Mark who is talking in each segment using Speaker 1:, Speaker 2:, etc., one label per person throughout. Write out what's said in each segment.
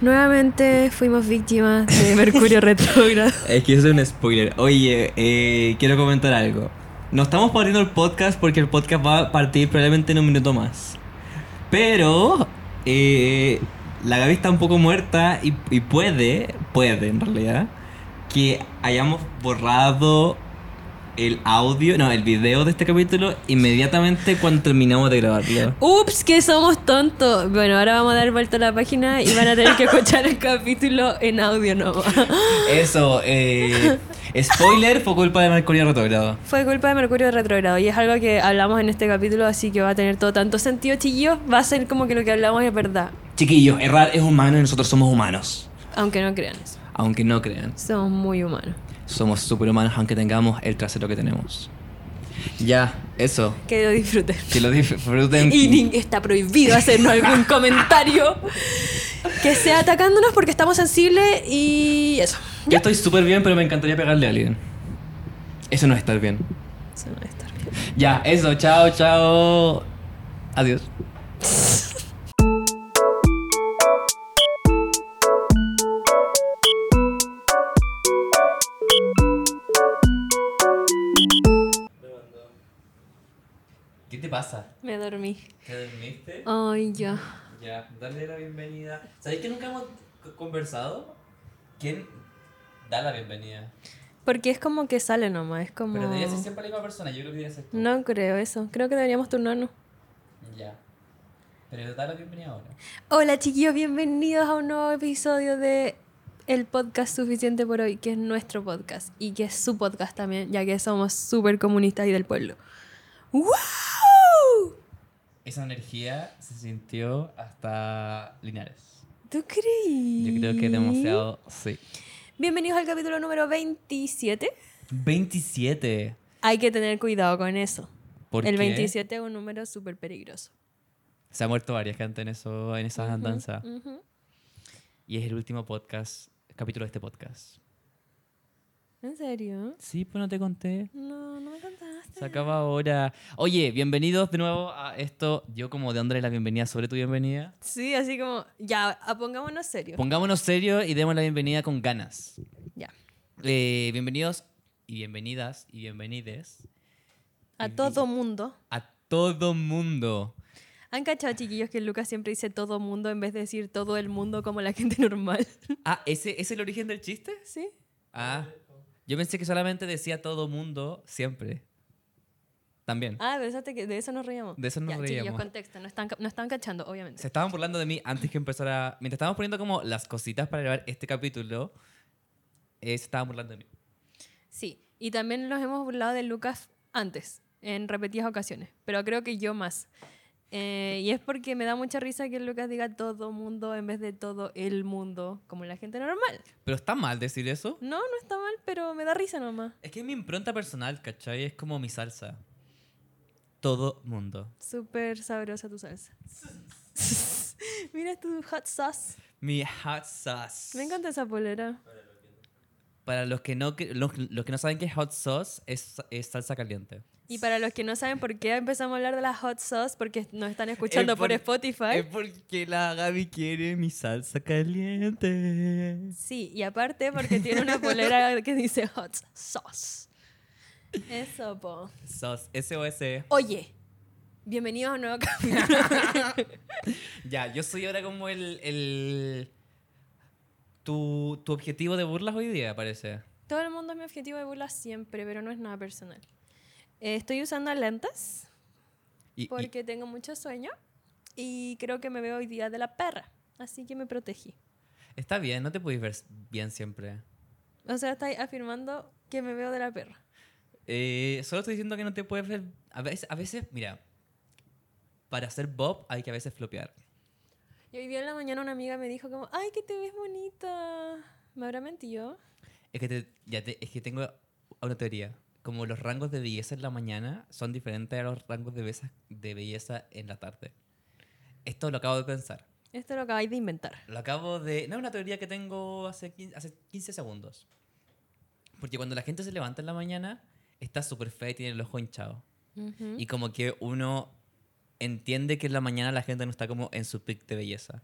Speaker 1: Nuevamente fuimos víctimas de Mercurio retrógrado.
Speaker 2: Es que eso es un spoiler. Oye, eh, quiero comentar algo. No estamos partiendo el podcast porque el podcast va a partir probablemente en un minuto más. Pero eh, la Gaby está un poco muerta y, y puede, puede en realidad, que hayamos borrado el audio, no, el video de este capítulo inmediatamente cuando terminamos de grabarlo.
Speaker 1: Ups, que somos tontos. Bueno, ahora vamos a dar vuelta a la página y van a tener que escuchar el capítulo en audio nomás.
Speaker 2: Eso, eh, spoiler, fue culpa de Mercurio Retrogrado.
Speaker 1: Fue culpa de Mercurio retrogrado y es algo que hablamos en este capítulo, así que va a tener todo tanto sentido, chiquillos. Va a ser como que lo que hablamos es verdad,
Speaker 2: Chiquillos, errar es humano y nosotros somos humanos.
Speaker 1: aunque no crean eso.
Speaker 2: Aunque no crean,
Speaker 1: Somos muy humanos.
Speaker 2: somos superhumanos aunque tengamos el trasero que tenemos. Ya, eso.
Speaker 1: Que lo disfruten.
Speaker 2: Que lo disfruten.
Speaker 1: Y ni- está prohibido hacernos algún comentario que sea atacándonos porque estamos sensibles y eso.
Speaker 2: Yo estoy súper bien, pero me encantaría pegarle a alguien. Eso no es estar bien.
Speaker 1: Eso no debe estar bien.
Speaker 2: Ya, eso, chao, chao. Adiós. ¿Qué te pasa?
Speaker 1: Me dormí.
Speaker 2: ¿Te dormiste?
Speaker 1: Ay, ya.
Speaker 2: Ya, dale la bienvenida. ¿Sabéis que nunca hemos c- conversado? ¿Quién da la bienvenida?
Speaker 1: Porque es como que sale nomás, es como...
Speaker 2: Pero debería ser siempre la misma persona, yo creo que debería ser tú.
Speaker 1: No creo eso. Creo que deberíamos turnarnos.
Speaker 2: Ya. Pero da la bienvenida ahora.
Speaker 1: Hola chiquillos, bienvenidos a un nuevo episodio de el podcast suficiente por hoy, que es nuestro podcast y que es su podcast también, ya que somos súper comunistas y del pueblo. ¡Wow!
Speaker 2: Esa energía se sintió hasta Linares.
Speaker 1: ¿Tú creí?
Speaker 2: Yo creo que demasiado, sí.
Speaker 1: Bienvenidos al capítulo número 27.
Speaker 2: 27.
Speaker 1: Hay que tener cuidado con eso.
Speaker 2: ¿Por
Speaker 1: el
Speaker 2: qué?
Speaker 1: 27 es un número súper peligroso.
Speaker 2: Se ha muerto varias gente en, eso, en esas andanzas.
Speaker 1: Ujú.
Speaker 2: Y es el último podcast, capítulo de este podcast.
Speaker 1: ¿En serio?
Speaker 2: Sí, pues no te conté.
Speaker 1: No, no me contaste.
Speaker 2: Se acaba ahora. Oye, bienvenidos de nuevo a esto. Yo como dándole la bienvenida sobre tu bienvenida.
Speaker 1: Sí, así como, ya, a- pongámonos serios.
Speaker 2: Pongámonos serios y demos la bienvenida con ganas.
Speaker 1: ya.
Speaker 2: Eh, bienvenidos y bienvenidas y bienvenides
Speaker 1: A todo mundo.
Speaker 2: a todo mundo.
Speaker 1: ¿Han cachado, chiquillos, que Lucas siempre dice todo mundo en vez de decir todo el mundo como la gente normal?
Speaker 2: Ah, ¿ese es el origen del chiste?
Speaker 1: ¿Sí?
Speaker 2: Ah, yo pensé que solamente decía todo mundo siempre. También.
Speaker 1: Ah, pensaste que de eso nos reíamos.
Speaker 2: De eso nos
Speaker 1: Ya, Chiquillos,
Speaker 2: reíamos.
Speaker 1: contexto, no están, ca- no están cachando, obviamente.
Speaker 2: Se estaban burlando de mí antes que empezara. Mientras estábamos poniendo como las cositas para grabar este capítulo, eh, se estaban burlando de mí.
Speaker 1: Sí, y también nos hemos burlado de Lucas antes, en repetidas ocasiones, pero creo que yo más. Eh, y es porque me da mucha risa que Lucas diga todo mundo en vez de todo el mundo, como la gente normal.
Speaker 2: Pero está mal decir eso.
Speaker 1: No, no está mal, pero me da risa nomás.
Speaker 2: Es que es mi impronta personal, ¿cachai? Es como mi salsa. Todo mundo.
Speaker 1: Súper sabrosa tu salsa. Mira tu hot sauce.
Speaker 2: Mi hot sauce.
Speaker 1: Me encanta esa polera.
Speaker 2: Para los que no, que- los, los que no saben qué es hot sauce, es, es salsa caliente.
Speaker 1: Y para los que no saben por qué empezamos a hablar de la hot sauce, porque nos están escuchando
Speaker 2: Es
Speaker 1: por,
Speaker 2: por- eh,
Speaker 1: Spotify.
Speaker 2: Es porque la Gaby quiere mi salsa caliente.
Speaker 1: Sí, y aparte porque tiene una polera que dice hot sauce. Eso, po.
Speaker 2: Sos, SOS.
Speaker 1: Oye, bienvenidos a un nuevo capítulo.
Speaker 2: Ya, yo soy ahora como el. el- tu, tu objetivo de burlas hoy día, parece.
Speaker 1: Todo el mundo es mi objetivo de burla siempre, pero no es nada personal. Eh, estoy usando lentes
Speaker 2: Y, y-
Speaker 1: porque tengo mucho sueño y creo que me veo hoy día de la perra, así que me protegí.
Speaker 2: está bien, no te podéis ver bien siempre.
Speaker 1: O sea, estáis afirmando que me veo de la perra.
Speaker 2: Eh, solo estoy diciendo que no te puedes ver. A veces, a veces mira. Para hacer Bob hay que a veces flopear.
Speaker 1: Y hoy día en la mañana una amiga me dijo como, ay, que te ves bonita. ¿Me habrá mentido?
Speaker 2: Es que, te- ya te- es que tengo una teoría. Como los rangos de belleza en la mañana son diferentes a los rangos de belleza, de belleza en la tarde. Esto lo acabo de pensar.
Speaker 1: Esto lo acabáis de inventar.
Speaker 2: Lo acabo de... No es una teoría que tengo hace 15, hace 15 segundos. Porque cuando la gente se levanta en la mañana, está súper fea y tiene el ojo hinchado.
Speaker 1: Ujú.
Speaker 2: Y como que uno entiende que en la mañana la gente no está como en su pic de belleza.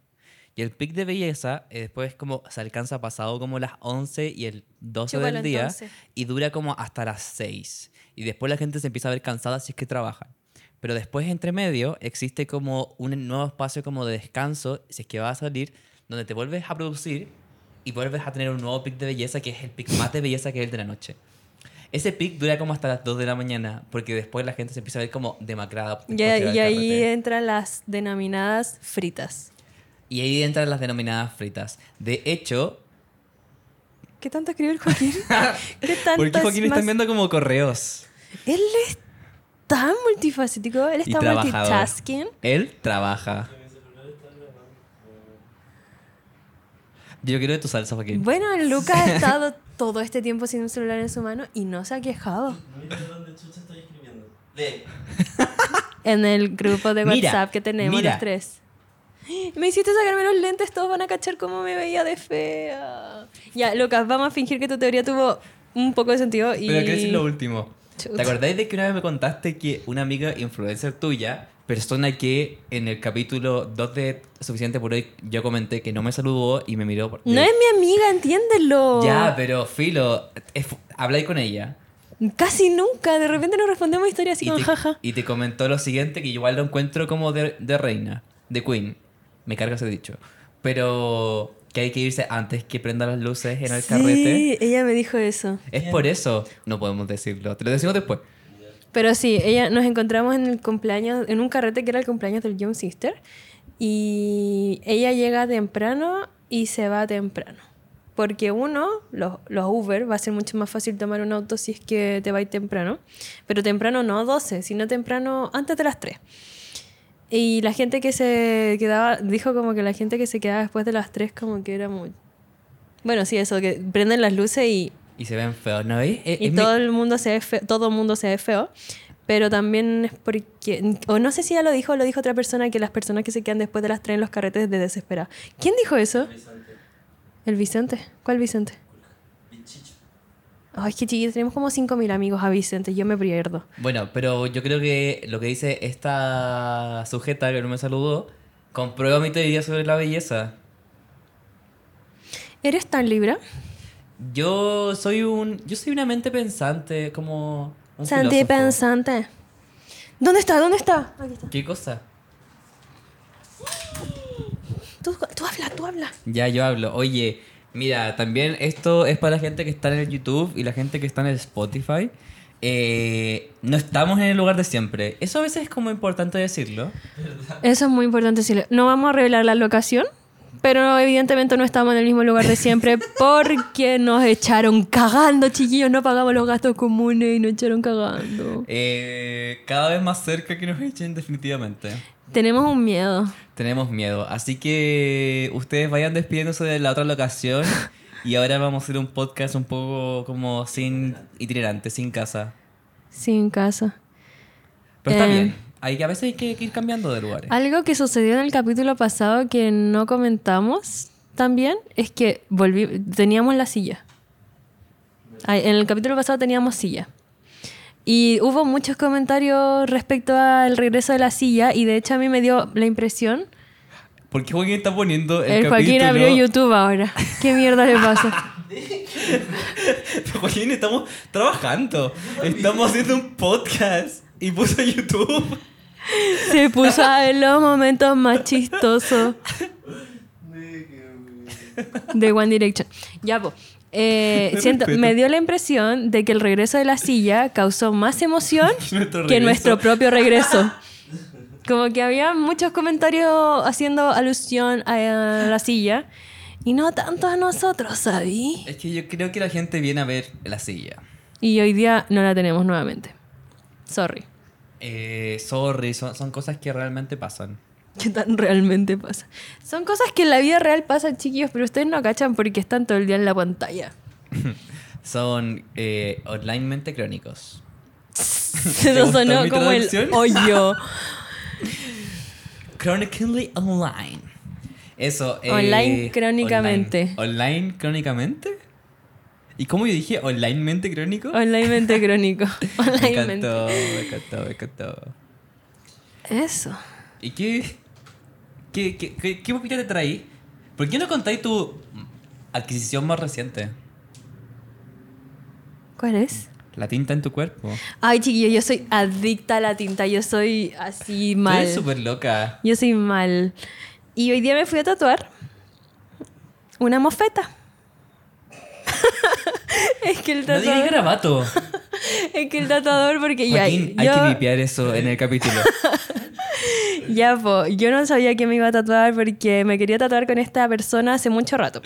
Speaker 2: Y el pic de belleza eh, después como se alcanza pasado como las 11 y el 12
Speaker 1: Chúpalo
Speaker 2: del día
Speaker 1: entonces.
Speaker 2: y dura como hasta las 6. Y después la gente se empieza a ver cansada si es que trabaja. Pero después entre medio existe como un nuevo espacio como de descanso si es que vas a salir donde te vuelves a producir y vuelves a tener un nuevo pic de belleza que es el pic más de belleza que es el de la noche. Ese pic dura como hasta las 2 de la mañana, porque después la gente se empieza a ver como demacrada.
Speaker 1: Y,
Speaker 2: porque va al
Speaker 1: y ahí
Speaker 2: carrete.
Speaker 1: entran las denominadas fritas.
Speaker 2: Y ahí entran las denominadas fritas. De hecho,
Speaker 1: ¿Qué tanto escribe el Joaquín? ¿Qué tanto
Speaker 2: porque
Speaker 1: es
Speaker 2: Joaquín está
Speaker 1: más-
Speaker 2: viendo como correos.
Speaker 1: Él es tan multifacético, él
Speaker 2: Y
Speaker 1: está
Speaker 2: trabajador.
Speaker 1: multitasking.
Speaker 2: Él trabaja. Yo quiero de tu salsa, Joaquín.
Speaker 1: Bueno, el Lucas ha estado todo este tiempo sin un celular en su mano y no se ha quejado. En el grupo de WhatsApp
Speaker 2: Mira,
Speaker 1: que tenemos
Speaker 2: mira.
Speaker 1: los tres. Me hiciste sacarme los lentes, todos van a cachar cómo me veía de fea. Ya, Lucas, vamos a fingir que tu teoría tuvo un poco de sentido y...
Speaker 2: Pero quiero decir lo último.
Speaker 1: Chuta.
Speaker 2: ¿Te acordáis de que una vez me contaste que una amiga influencer tuya, persona que en el capítulo 2 de Suficiente por hoy yo comenté que no me saludó y me miró por...
Speaker 1: No es mi amiga, entiéndelo.
Speaker 2: Ya, pero Filo, es- habláis con ella.
Speaker 1: Casi nunca, de repente nos respondemos historias así
Speaker 2: Y
Speaker 1: como
Speaker 2: te,
Speaker 1: jaja.
Speaker 2: y te comentó lo siguiente, que igual lo encuentro como de, de reina, de queen. Me carga ese dicho. Pero que hay que irse antes que prenda las luces en el carrete.
Speaker 1: Sí, ella me dijo eso.
Speaker 2: Es por eso, no podemos decirlo. Te lo decimos después.
Speaker 1: Pero sí, ella nos encontramos en el cumpleaños, en un carrete que era el cumpleaños del Young Sister. Y ella llega temprano y se va temprano. Porque uno, los, los Uber, va a ser mucho más fácil tomar un auto si es que te vais temprano. Pero temprano no 12, sino temprano antes de las 3. Y la gente que se quedaba, dijo como que la gente que se quedaba después de las 3 como que era muy... Bueno, sí, eso, que prenden las luces y
Speaker 2: Y se ven feos, ¿no veis? Eh, Es-
Speaker 1: y
Speaker 2: es mi-
Speaker 1: todo el mundo se ve feo, todo mundo se ve feo pero también es porque o no sé si ya lo dijo o lo dijo otra persona que las personas que se quedan después de las tres en los carretes de desesperada quién dijo eso el Vicente cuál Vicente ay que chiquillos tenemos como 5.000 amigos a Vicente yo me pierdo
Speaker 2: Bueno, pero yo creo que lo que dice esta sujeta que no me saludó comprueba mi teoría sobre la belleza.
Speaker 1: eres tan libra
Speaker 2: Yo soy un. Yo soy una mente pensante, como. Un
Speaker 1: Santi
Speaker 2: filósofo.
Speaker 1: pensante dónde está dónde está Aquí está.
Speaker 2: ¿Qué cosa?
Speaker 1: tú, tú habla tú habla
Speaker 2: Ya yo hablo. Oye, mira, también esto es para la gente que está en el YouTube y la gente que está en el Spotify. Eh, no estamos en el lugar de siempre. Eso a veces es como importante decirlo.
Speaker 1: Eso es muy importante decirle. No vamos a revelar la locación, pero evidentemente no estamos en el mismo lugar de siempre porque nos echaron cagando, chiquillos. No pagamos los gastos comunes y nos echaron cagando.
Speaker 2: Eh, cada vez más cerca que nos echen definitivamente.
Speaker 1: Tenemos un miedo.
Speaker 2: Tenemos miedo. Así que ustedes vayan despidiéndose de la otra locación. Y ahora vamos a hacer un podcast un poco como sin itinerante, sin casa.
Speaker 1: Sin casa.
Speaker 2: Pero está
Speaker 1: Eh. Ah.
Speaker 2: bien. Hay, a veces hay que, que ir cambiando de lugares.
Speaker 1: Algo que sucedió en el capítulo pasado que no comentamos también es que volví, teníamos la silla. Ay, En el capítulo pasado teníamos silla. Y hubo muchos comentarios respecto al regreso de la silla y de hecho a mí me dio la impresión
Speaker 2: ¿Por qué Joaquín está poniendo el,
Speaker 1: El, Eh, Joaquín
Speaker 2: capítulo?
Speaker 1: abrió YouTube ahora. ¿Qué mierda le pasa?
Speaker 2: Joaquín, estamos trabajando. Estamos haciendo un podcast. Y puso YouTube.
Speaker 1: Se puso a en los momentos más chistosos de One Direction. Ya, po. Eh,
Speaker 2: Me
Speaker 1: siento,
Speaker 2: respeto.
Speaker 1: me dio la impresión de que el regreso de la silla causó más emoción
Speaker 2: Nuestro
Speaker 1: que
Speaker 2: regreso.
Speaker 1: nuestro propio regreso. Como que había muchos comentarios haciendo alusión a la silla y no tanto a nosotros, ¿sabí?
Speaker 2: Es que yo creo que la gente viene a ver la silla.
Speaker 1: Y hoy día no la tenemos nuevamente. Sorry.
Speaker 2: Eh, sorry, son, son cosas que realmente pasan.
Speaker 1: ¿Qué tan realmente pasa? Son cosas que en la vida real pasan, chiquillos, pero ustedes no cachan porque están todo el día en la pantalla.
Speaker 2: Son eh, onlinemente crónicos.
Speaker 1: Se
Speaker 2: ¿Te
Speaker 1: nos
Speaker 2: gustó
Speaker 1: sonó
Speaker 2: mi
Speaker 1: como el
Speaker 2: traducción?
Speaker 1: hoyo.
Speaker 2: Chronically online. Eso. eh,
Speaker 1: Online crónicamente.
Speaker 2: Online. Online crónicamente. ¿Y cómo yo dije? ¿Onlinemente crónico?
Speaker 1: Onlinemente crónico.
Speaker 2: me
Speaker 1: Onlinemente.
Speaker 2: encantó, me encantó, me encantó.
Speaker 1: Eso.
Speaker 2: ¿Y qué, qué, qué, qué, qué papita te traí? ¿Por qué no contáis tu adquisición más reciente?
Speaker 1: ¿Cuál es?
Speaker 2: La tinta en tu cuerpo.
Speaker 1: Ay, chiquillo, yo soy adicta a la tinta. Yo soy así
Speaker 2: Tú
Speaker 1: mal.
Speaker 2: eres súper loca.
Speaker 1: Yo soy mal. Y hoy día me fui a tatuar una mofeta. es que el
Speaker 2: No digáis
Speaker 1: tatuador.
Speaker 2: garabato.
Speaker 1: es que el tatuador, porque ya.
Speaker 2: Joaquín, hay
Speaker 1: yo-
Speaker 2: que limpiar eso en el capítulo.
Speaker 1: Ya, po, yo no sabía que me iba a tatuar porque me quería tatuar con esta persona hace mucho rato.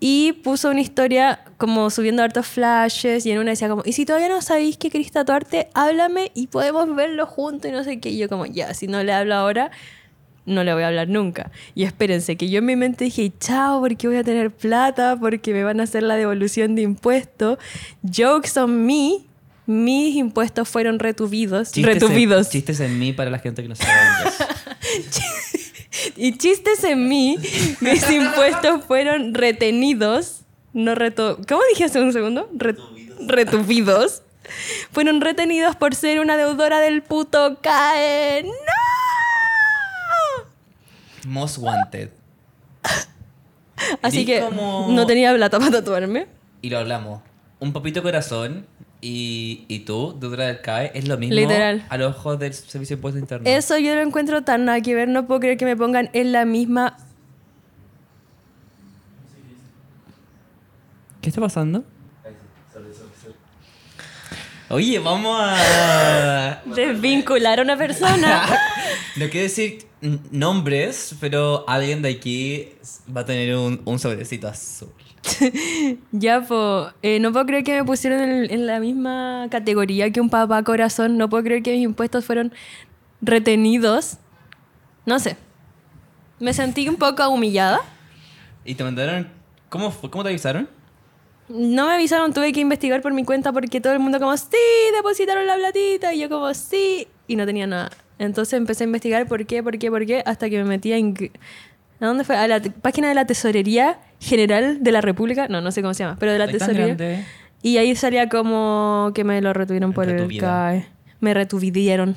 Speaker 1: Y puso una historia como subiendo hartos flashes y en una decía como, y si todavía no sabéis que queréis tatuarte, háblame y podemos verlo juntos y no sé qué. Y yo como, ya, si no le hablo ahora, no le voy a hablar nunca. Y espérense, que yo en mi mente dije, chao, porque voy a tener plata, porque me van a hacer la devolución de impuestos. Jokes on me, mis impuestos fueron retuvidos.
Speaker 2: Chistes en-
Speaker 1: retuvidos.
Speaker 2: Chistes en mí para la gente que no sabe inglés.
Speaker 1: Y chistes en mí, mis impuestos fueron retenidos, no reto... ¿Cómo dije hace un segundo? Re- Retuvidos. Fueron retenidos por ser una deudora del puto CAE. ¡No!
Speaker 2: Most Wanted.
Speaker 1: Así
Speaker 2: Di
Speaker 1: que
Speaker 2: como-
Speaker 1: no tenía plata para tatuarme.
Speaker 2: Y lo hablamos. Un papito corazón y, y tú, deudora del CAE, es lo mismo
Speaker 1: Literal.
Speaker 2: al ojo del Servicio de Impuestos Internos.
Speaker 1: Eso yo lo encuentro tan nada que ver. No puedo creer que me pongan en la misma...
Speaker 2: ¿Qué está pasando? Oye, vamos a...
Speaker 1: Desvincular a una persona.
Speaker 2: No quiero decir mm, nombres, pero alguien de aquí va a tener un, un sobrecito azul.
Speaker 1: Ya, po. Eh, no puedo creer que me pusieron en, en la misma categoría que un papá corazón. No puedo creer que mis impuestos fueron retenidos. No sé. Me sentí un poco humillada.
Speaker 2: ¿Y te mandaron... ¿Cómo, fue- cómo te avisaron?
Speaker 1: No me avisaron, tuve que investigar por mi cuenta porque todo el mundo como, sí, depositaron la platita. Y yo como, sí. Y no tenía nada. Entonces empecé a investigar por qué, por qué, por qué, hasta que me metí en... ¿A dónde fue? A la te- página de la Tesorería General de la República. No, no sé cómo se llama, pero de la
Speaker 2: Ay, tan
Speaker 1: Tesorería.
Speaker 2: grande.
Speaker 1: Y ahí salía como que me lo retuvieron por el
Speaker 2: Retuvido.
Speaker 1: CAE. Me retuvieron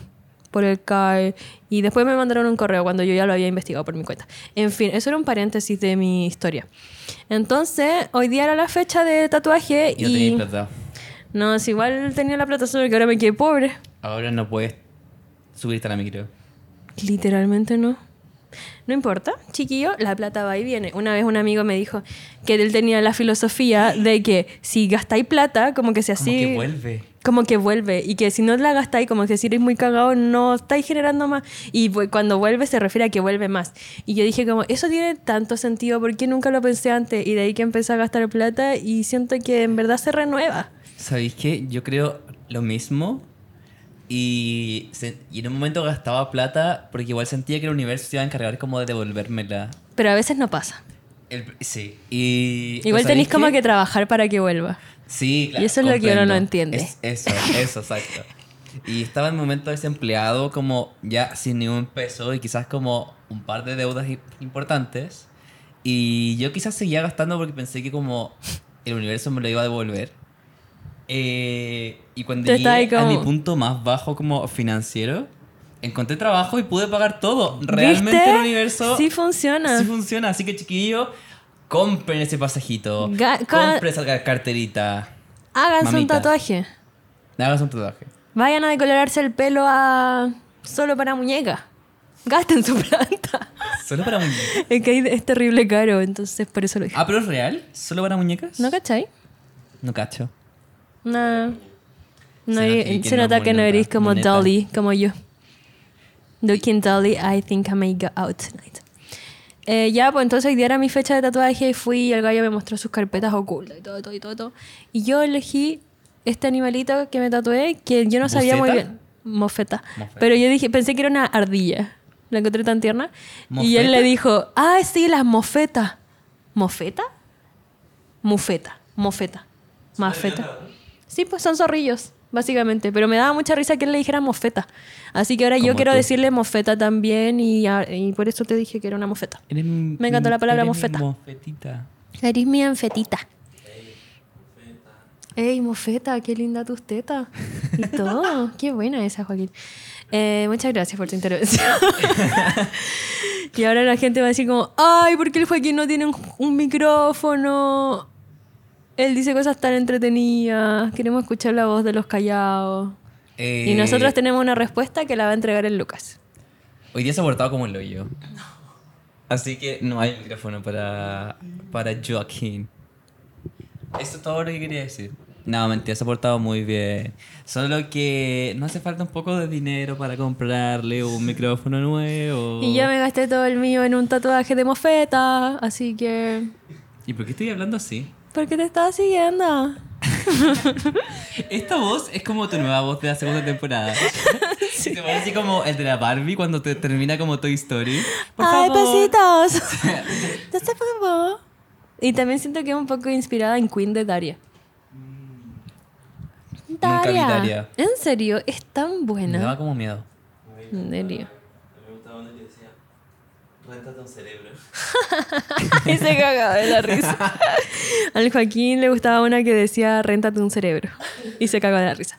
Speaker 1: por el CAE. Y después me mandaron un correo cuando yo ya lo había investigado por mi cuenta. En fin, eso era un paréntesis de mi historia. Entonces, hoy día era la fecha de tatuaje
Speaker 2: Y no
Speaker 1: y...
Speaker 2: tenéis plata.
Speaker 1: no, si igual tenía la plata solo que ahora me quedé pobre.
Speaker 2: Ahora no puedes subirte a la micro.
Speaker 1: Literalmente no. No importa, chiquillo, la plata va y viene. Una vez un amigo me dijo que él tenía la filosofía de que si gastáis plata, como que se
Speaker 2: Como
Speaker 1: así...
Speaker 2: que vuelve.
Speaker 1: como que vuelve y que si no la gastáis, como que si eres muy cagado, no estáis generando más. Y vu- cuando vuelve se refiere a que vuelve más. Y yo dije como, eso tiene tanto sentido, ¿por qué nunca lo pensé antes? Y de ahí que empecé a gastar plata y siento que en verdad se renueva.
Speaker 2: ¿Sabéis qué? Yo creo lo mismo. Y, se- y en un momento gastaba plata porque igual sentía que el universo se iba a encargar como de devolvérmela.
Speaker 1: Pero a veces no pasa.
Speaker 2: El- sí. Y,
Speaker 1: Igual
Speaker 2: ¿sabéis
Speaker 1: tenéis como
Speaker 2: qué?
Speaker 1: que trabajar para que vuelva.
Speaker 2: Sí, claro,
Speaker 1: Y eso es lo que uno
Speaker 2: comprendo.
Speaker 1: no entiende.
Speaker 2: Es- eso, eso, exacto. Y estaba en el momento desempleado, como ya sin ni un peso y quizás como un par de deudas i- importantes. Y yo quizás seguía gastando porque pensé que como el universo me lo iba a devolver. Eh, y cuando
Speaker 1: Te estaba ahí
Speaker 2: llegué a mi
Speaker 1: como-
Speaker 2: punto más bajo como financiero, encontré trabajo y pude pagar todo. Realmente
Speaker 1: ¿Viste?
Speaker 2: el universo
Speaker 1: Sí funciona.
Speaker 2: Sí funciona, así que chiquillo, compren ese pasajito.
Speaker 1: Ga- ca-
Speaker 2: compren esa ca- carterita.
Speaker 1: Háganse un
Speaker 2: Mamita.
Speaker 1: tatuaje.
Speaker 2: Hagas un tatuaje.
Speaker 1: Vayan a decolorarse el pelo a... solo para muñeca. Gasten su plata.
Speaker 2: Solo para muñecas.
Speaker 1: Es que ahí es terrible caro, entonces por eso lo dije.
Speaker 2: Ah, pero es real. Solo para muñecas.
Speaker 1: ¿No cachai?
Speaker 2: No cacho.
Speaker 1: No. No,
Speaker 2: Se nota
Speaker 1: eri-
Speaker 2: que
Speaker 1: se
Speaker 2: no es
Speaker 1: nota
Speaker 2: muy
Speaker 1: que no
Speaker 2: nota,
Speaker 1: eres como
Speaker 2: moneta.
Speaker 1: Dolly, como yo. Looking Dolly, I think I may go out tonight. Eh, ya, pues entonces hoy día era mi fecha de tatuaje y fui y el gallo me mostró sus carpetas ocultas y todo, todo, y todo, todo. Y yo elegí este animalito que me tatué que yo no sabía muy
Speaker 2: ¿Buceta?
Speaker 1: bien. Mofeta.
Speaker 2: Mofeta.
Speaker 1: Pero yo dije, pensé que era una ardilla. La encontré tan tierna. Y él
Speaker 2: ¿Mofeta?
Speaker 1: le dijo, ah, sí, las mofetas. ¿Mofeta? Mufeta. Mofeta. Mafeta. Sí, pues son zorrillos, básicamente. Pero me daba mucha risa que él le dijera mofeta. Así que ahora yo
Speaker 2: Como
Speaker 1: quiero
Speaker 2: tú.
Speaker 1: decirle mofeta también y, a- y por eso te dije que era una mofeta. Me encantó la palabra mofeta.
Speaker 2: Mofetita.
Speaker 1: Eres mi anfetita. Ey, mofeta, qué linda tus tetas. Y todo. qué buena esa, Joaquín. Eh, muchas gracias por tu intervención. Y ahora la gente va a decir como, ay, ¿por qué el Joaquín no tiene un, un micrófono? Él dice cosas tan entretenidas, queremos escuchar la voz de los callados. Y
Speaker 2: Eh,
Speaker 1: nosotros tenemos una respuesta que la va a entregar el Lucas.
Speaker 2: Hoy día se ha portado como el hoyo. Así que no hay micrófono para, para Joaquín. Eso es todo lo que quería decir. No, mentira, se ha portado muy bien. Solo que no hace falta un poco de dinero para comprarle un micrófono nuevo.
Speaker 1: Y yo me gasté todo el mío en un tatuaje de mofeta, así que...
Speaker 2: ¿Y por qué estoy hablando así?
Speaker 1: ¿Por qué te estaba siguiendo?
Speaker 2: Esta voz es como tu nueva voz de la segunda temporada. Te parece como el de la Barbie cuando te termina como Toy Story. Por
Speaker 1: ¡Ay,
Speaker 2: favor.
Speaker 1: pasitos! ¿No se puede? Y también siento que es un poco inspirada en Queen de Daria.
Speaker 2: Nunca vi Daria.
Speaker 1: En serio, es tan
Speaker 2: Me
Speaker 1: buena.
Speaker 2: daba como miedo.
Speaker 1: En serio.
Speaker 3: Me gustaba una que decía, réntate un cerebro.
Speaker 1: Y se cagaba de la risa. Al Joaquín le gustaba una que decía, réntate un cerebro. Y se cagaba de la risa.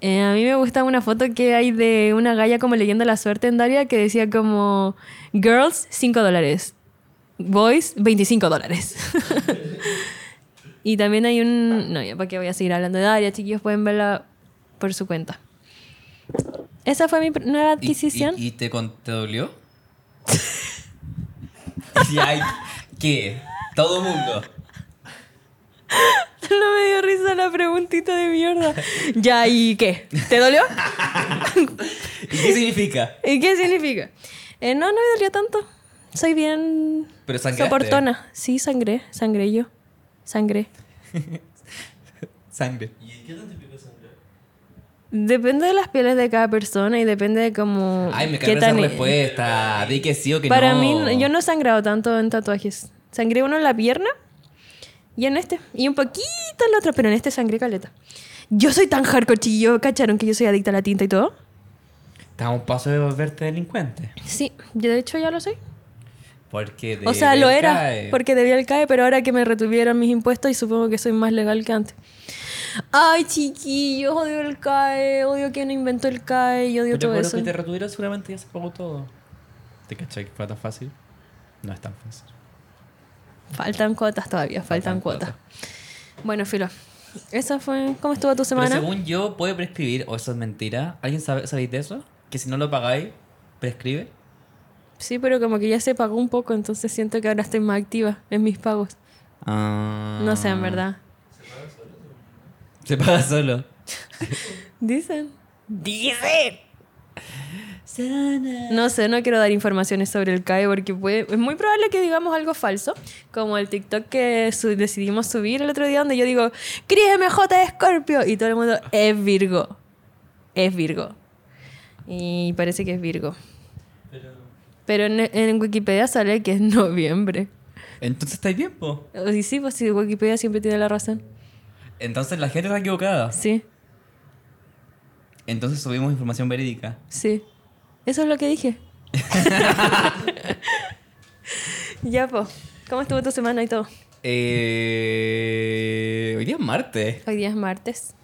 Speaker 1: Eh, a mí me gusta una foto que hay de una galla como leyendo la suerte en Daria que decía como, girls, 5 dólares. Boys, 25 dólares. y también hay un... No, ya para qué voy a seguir hablando de Daria, chiquillos, pueden verla por su cuenta. Esa fue mi pr- nueva
Speaker 2: ¿Y-
Speaker 1: adquisición.
Speaker 2: ¿Y, y te, con- te dolió? ¿Y hay qué? Todo mundo.
Speaker 1: No me dio risa la preguntita de mierda. Ya, ¿y qué? ¿Te dolió?
Speaker 2: ¿Y qué significa?
Speaker 1: ¿Y qué significa? Eh, no, no me dolió tanto. Soy bien
Speaker 2: Pero sangraste.
Speaker 1: soportona. Sí, sangré, sangré yo. Sangré.
Speaker 2: Sangre.
Speaker 3: ¿Y qué tanto pico sangre?
Speaker 1: Depende de las pieles de cada persona y depende de cómo...
Speaker 2: Ay, me
Speaker 1: qué
Speaker 2: carga esa
Speaker 1: tan-
Speaker 2: respuesta. Di que sí o que
Speaker 1: Para
Speaker 2: no.
Speaker 1: mí, no- yo no he sangrado tanto en tatuajes. Sangré uno en la pierna y en este. Y un poquito en la otra, pero en este sangré caleta. Yo soy tan hardcore, chiquillo. ¿Cacharon que yo soy adicta a la tinta y todo?
Speaker 2: Estás a un paso de volverte delincuente.
Speaker 1: Sí, yo de hecho ya lo soy.
Speaker 2: Porque de eh,
Speaker 1: O sea, lo
Speaker 2: del
Speaker 1: era,
Speaker 2: CAE.
Speaker 1: porque debía el CAE, pero ahora que me retuvieron mis impuestos y supongo que soy más legal que antes. Ay, chiquillos, odio el CAE, odio quien inventó el CAE, y odio
Speaker 2: Pero
Speaker 1: todo
Speaker 2: por lo
Speaker 1: eso.
Speaker 2: que te retuvieron seguramente ya se pagó todo. ¿Te caché que fue tan fácil? No es tan fácil.
Speaker 1: Faltan cuotas todavía, faltan,
Speaker 2: Faltan
Speaker 1: cuotas. Bueno, Filo, esa fue... ¿Cómo estuvo tu
Speaker 2: Pero
Speaker 1: semana?
Speaker 2: según yo, puede prescribir, o eso es mentira. ¿Alguien sabe, sabéis de eso? Que si no lo pagáis, prescribe.
Speaker 1: Sí, pero como que ya se pagó un poco, entonces siento que ahora estoy más activa en mis pagos. No sé,
Speaker 2: Ah.
Speaker 1: en verdad.
Speaker 2: Se paga solo.
Speaker 1: Dicen. Dicen. No sé, no quiero dar informaciones sobre el CAE porque puede- es muy probable que digamos algo falso, como el TikTok que su- decidimos subir el otro día donde yo digo, Cris MJ es Scorpio y todo el mundo es Virgo. Es Virgo. Y parece que es Virgo. Pero en, en Wikipedia sale que es noviembre.
Speaker 2: Entonces estáis bien, po.
Speaker 1: Y sí, pues sí, Wikipedia siempre tiene la razón.
Speaker 2: Entonces la gente está equivocada.
Speaker 1: Sí,
Speaker 2: Entonces subimos información verídica.
Speaker 1: sí. Eso es lo que dije. ya, po. ¿Cómo estuvo tu semana y todo?
Speaker 2: Eh, hoy día es martes.
Speaker 1: Hoy día es martes.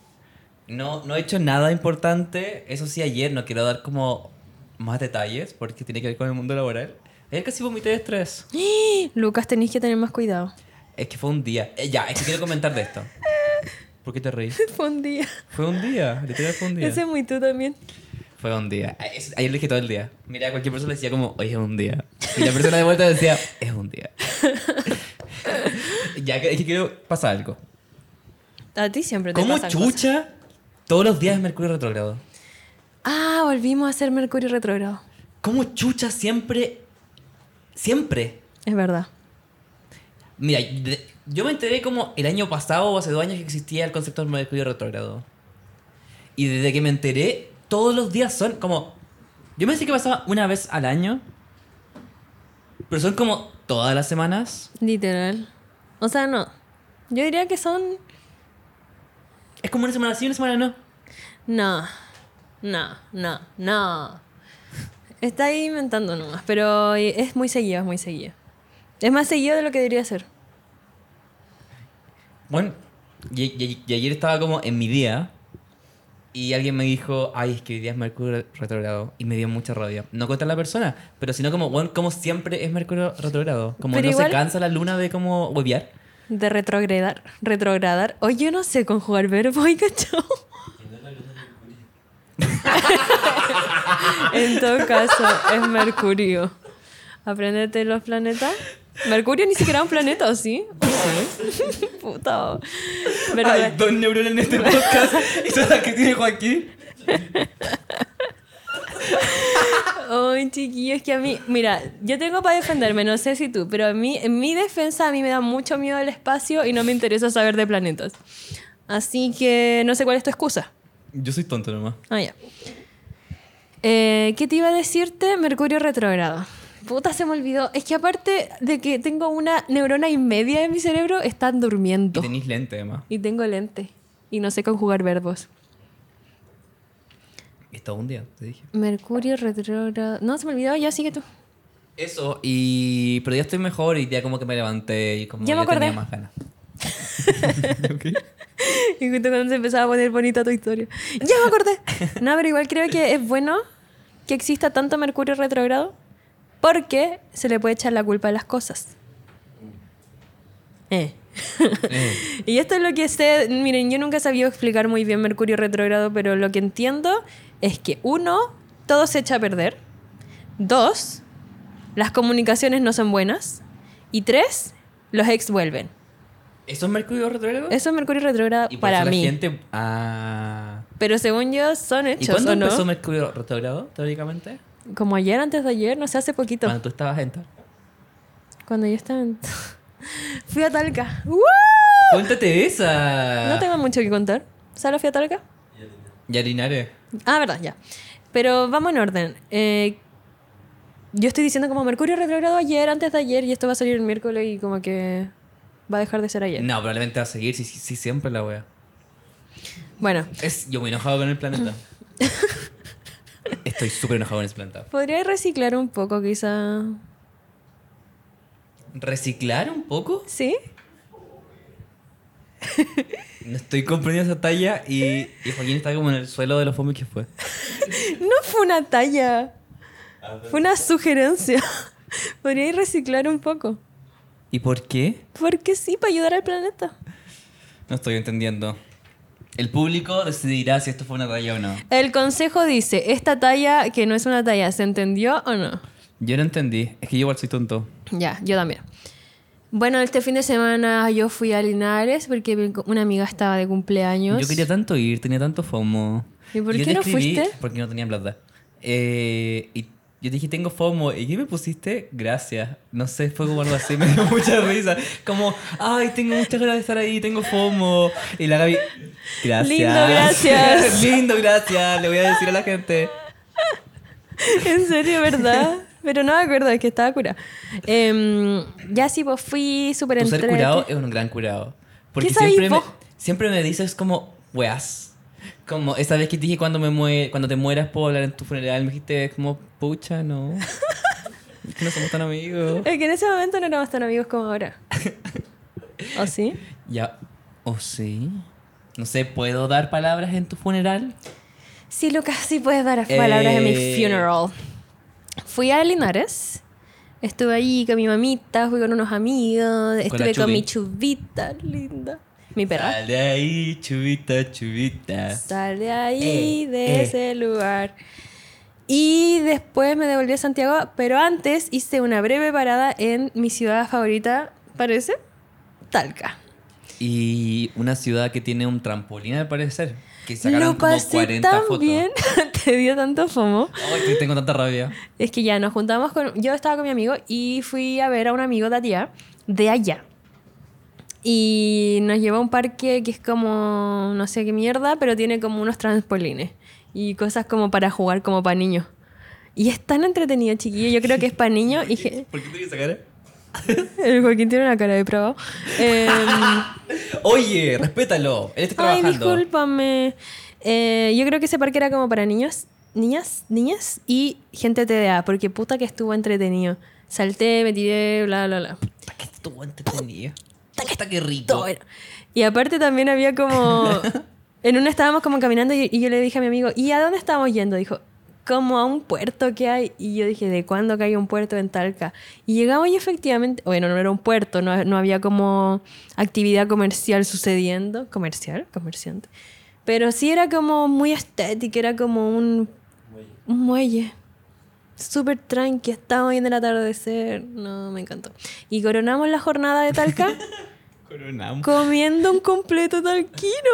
Speaker 2: No, no he hecho nada importante. Eso sí, ayer no quiero dar como más detalles porque tiene que ver con el mundo laboral. Ayer casi vomité de estrés.
Speaker 1: Lucas, tenéis que tener más cuidado.
Speaker 2: Es que fue un día. Eh, ya, es que quiero comentar de esto. ¿Por qué te reís?
Speaker 1: Fue un día.
Speaker 2: Fue un día, literal fue un día.
Speaker 1: Ese es muy tú también.
Speaker 2: Fue un día. A- es- Ayer le dije todo el día. Mira, cualquier persona decía como, hoy es un día. Y la persona de vuelta decía, es un día. ya que, es que quiero pasa algo.
Speaker 1: A ti siempre te
Speaker 2: ¿Cómo
Speaker 1: pasan cosas.
Speaker 2: chucha todos los días es Mercurio retrógrado?
Speaker 1: Ah, volvimos a hacer Mercurio retrógrado.
Speaker 2: ¿Cómo chucha siempre? Siempre.
Speaker 1: Es verdad.
Speaker 2: Mira, de- yo me enteré como el año pasado o hace dos años que existía el concepto de Mercurio retrógrado. Y desde que me enteré, todos los días son como... Yo pensé que pasaba una vez al año, pero son como todas las semanas.
Speaker 1: Literal. O sea, no. Yo diría que son.
Speaker 2: Es como una semana sí, una semana no.
Speaker 1: No. No, no, no. Está ahí inventando nomás, pero es muy seguido, es muy seguido. Es más seguido de lo que debería ser.
Speaker 2: Bueno, y, y- y ayer estaba como en mi día Y alguien me dijo, ay, es que hoy día es Mercurio retrogrado. Y me dio mucha rabia. No contra la persona, pero sino como, bueno, como siempre es Mercurio retrogrado. Como
Speaker 1: Pero
Speaker 2: no
Speaker 1: igual-
Speaker 2: se cansa la luna de como hueviar.
Speaker 1: De retrogradar. Retrogradar. Oye, yo no sé conjugar verbo, ¿y cachao? en todo caso, es Mercurio. Apréndete los planetas. Mercurio ni siquiera es un planeta, ¿o ¿sí? Puta. Pero
Speaker 2: Hay dos neuronas en este podcast y todas las que tiene Joaquín.
Speaker 1: Ay, chiquillo, es que a mí, mira, yo tengo para defenderme, no sé si tú, pero a mí, en mi defensa a mí me da mucho miedo el espacio y no me interesa saber de planetas. Así que no sé cuál es tu excusa.
Speaker 2: Yo soy tonto nomás.
Speaker 1: Ah, ya. Eh, ¿Qué te iba a decirte? Mercurio retrógrado. Puta, se me olvidó. Es que aparte de que tengo una neurona y media en mi cerebro, están
Speaker 2: Y
Speaker 1: durmiendo.
Speaker 2: tenéis lente además.
Speaker 1: Y tengo lente. Y no sé conjugar verbos.
Speaker 2: Y todo un día, te dije.
Speaker 1: Mercurio retrógrado. No, se me olvidó, ya sigue tú.
Speaker 2: Eso, y... pero ya estoy mejor y ya como que me levanté y como
Speaker 1: Ya me acordé.
Speaker 2: tenía más ganas.
Speaker 1: Y justo cuando se empezaba a poner bonita tu historia. ¡Ya me acordé! No, pero igual creo que es bueno que exista tanto Mercurio retrogrado porque se le puede echar la culpa a las cosas. Eh.
Speaker 2: Eh,
Speaker 1: Y esto es lo que sé, miren, yo nunca he sabido explicar muy bien Mercurio retrógrado, pero lo que entiendo es que uno, todo se echa a perder. Dos, las comunicaciones no son buenas. Y tres, los ex vuelven.
Speaker 2: ¿Eso es Mercurio retrogrado?
Speaker 1: Eso es Mercurio retrógrado
Speaker 2: Y por
Speaker 1: para
Speaker 2: eso la
Speaker 1: mí.
Speaker 2: gente... Ah...
Speaker 1: Pero según yo, son
Speaker 2: ¿Y
Speaker 1: hechos,
Speaker 2: cuándo
Speaker 1: ¿o no?
Speaker 2: empezó Mercurio retrogrado, teóricamente?
Speaker 1: Como ayer, antes de ayer, no sé, hace poquito.
Speaker 2: Cuando tú estabas en... Talca.
Speaker 1: Cuando yo estaba en... fui a Talca. ¡Woo!
Speaker 2: Cuéntate esa.
Speaker 1: No tengo mucho que contar. ¿Solo fui a Talca?
Speaker 2: Ya, Linares.
Speaker 1: Ah, verdad, ya. Pero vamos en orden. Eh, yo estoy diciendo como Mercurio retrogrado ayer, antes de ayer, y esto va a salir el miércoles y como que va a dejar de ser ayer.
Speaker 2: No, probablemente va a seguir, sí, sí, sí, siempre la wea.
Speaker 1: Bueno,
Speaker 2: Es, yo me he enojado con el planeta. Estoy súper enojado con el planeta.
Speaker 1: podría reciclar un poco quizá.
Speaker 2: ¿Reciclar un poco?
Speaker 1: ¿Sí?
Speaker 2: No estoy comprendiendo esa talla y, y Joaquín está como en el suelo de los fomis que fue.
Speaker 1: No fue una talla. Fue una sugerencia. Podría reciclar un poco.
Speaker 2: ¿Y por qué?
Speaker 1: Porque sí, para ayudar al planeta.
Speaker 2: No estoy entendiendo. El público decidirá si esto fue una talla o no.
Speaker 1: El consejo dice, esta talla que no es una talla, ¿se entendió o no?
Speaker 2: Yo no entendí. Es que yo igual soy tonto.
Speaker 1: Ya, yo también. Bueno, este fin de semana yo fui a Linares porque mi- una amiga estaba de cumpleaños.
Speaker 2: Yo quería tanto ir, tenía tanto FOMO.
Speaker 1: ¿Y por
Speaker 2: yo
Speaker 1: qué
Speaker 2: te
Speaker 1: no
Speaker 2: escribí
Speaker 1: fuiste?
Speaker 2: Porque no tenía plata. Eh, y yo te dije, tengo FOMO. ¿Y qué me pusiste? Gracias. No sé, fue como algo así. Me dio mucha risa. Como, ay, tengo muchas ganas de estar ahí, tengo FOMO. Y la Gaby, gracias.
Speaker 1: Lindo, gracias.
Speaker 2: Lindo, gracias. Le voy a decir a la gente.
Speaker 1: En serio, ¿verdad? Pero no me acuerdo, es que estaba curada. Em, ya sí, pues fui súper
Speaker 2: Tu ser
Speaker 1: entrete.
Speaker 2: curado es un gran curado. Porque
Speaker 1: ¿Qué sabís
Speaker 2: siempre me,
Speaker 1: vos?
Speaker 2: siempre me dices como, weas. Como esa vez que te dije cuando, me mue- cuando te mueras puedo hablar en tu funeral, me dijiste como, pucha, no. Es que no somos tan amigos.
Speaker 1: Es que en ese momento no éramos tan amigos como ahora. ¿O sí?
Speaker 2: Ya, ¿o sí? No sé, ¿puedo dar palabras en tu funeral?
Speaker 1: Sí, Lucas, sí puedes dar las palabras de mi
Speaker 2: Eh.
Speaker 1: funeral. Fui a Linares. Estuve allí con mi mamita, fui con unos amigos, estuve con
Speaker 2: chubi.
Speaker 1: mi chubita linda. Mi perra.
Speaker 2: Dale ahí, chubita, chubita.
Speaker 1: Sal de ahí,
Speaker 2: Eh,
Speaker 1: de
Speaker 2: eh.
Speaker 1: ese lugar. Y después me devolví a Santiago, pero antes hice una breve parada en mi ciudad favorita, parece, Talca.
Speaker 2: Y una ciudad que tiene un trampolín al parecer. Que sacaron
Speaker 1: Lo
Speaker 2: como
Speaker 1: pasé
Speaker 2: 40
Speaker 1: tan
Speaker 2: fotos.
Speaker 1: bien, te dio tanto fomo.
Speaker 2: Ay, que tengo tanta rabia.
Speaker 1: Es que ya nos juntamos con. Yo estaba con mi amigo y fui a ver a un amigo de allá, de allá. Y nos llevó a un parque que es como. No sé qué mierda, pero tiene como unos transpolines y cosas como para jugar, como para niños. Y es tan entretenido, chiquillo. Yo creo que es para niños. Y je-
Speaker 2: ¿Por qué te que sacar?
Speaker 1: el Joaquín tiene una cara de probado. Em,
Speaker 2: Oye, respétalo. Él está
Speaker 1: Ay,
Speaker 2: trabajando.
Speaker 1: discúlpame. Eh, yo creo que ese parque era como para niños, niñas, niñas y gente TDA, porque puta que estuvo entretenido. Salté, me tiré, bla, bla, bla.
Speaker 2: ¿Para qué estuvo entretenido? Está que rico.
Speaker 1: Todo era- Y aparte también había como En una estábamos como caminando y, y yo le dije a mi amigo, ¿y a dónde estamos yendo? Dijo, como a un puerto que hay. Y yo dije, ¿de cuándo que hay un puerto en Talca? Y llegamos y efectivamente, bueno, no era un puerto, no, no había como actividad comercial sucediendo, comercial, comerciante. Pero sí era como muy estético, era como un, un muelle. Súper tranqui, estábamos viendo el atardecer. No, me encantó. Y coronamos la jornada de Talca
Speaker 3: Coronamos.
Speaker 1: comiendo un completo talquino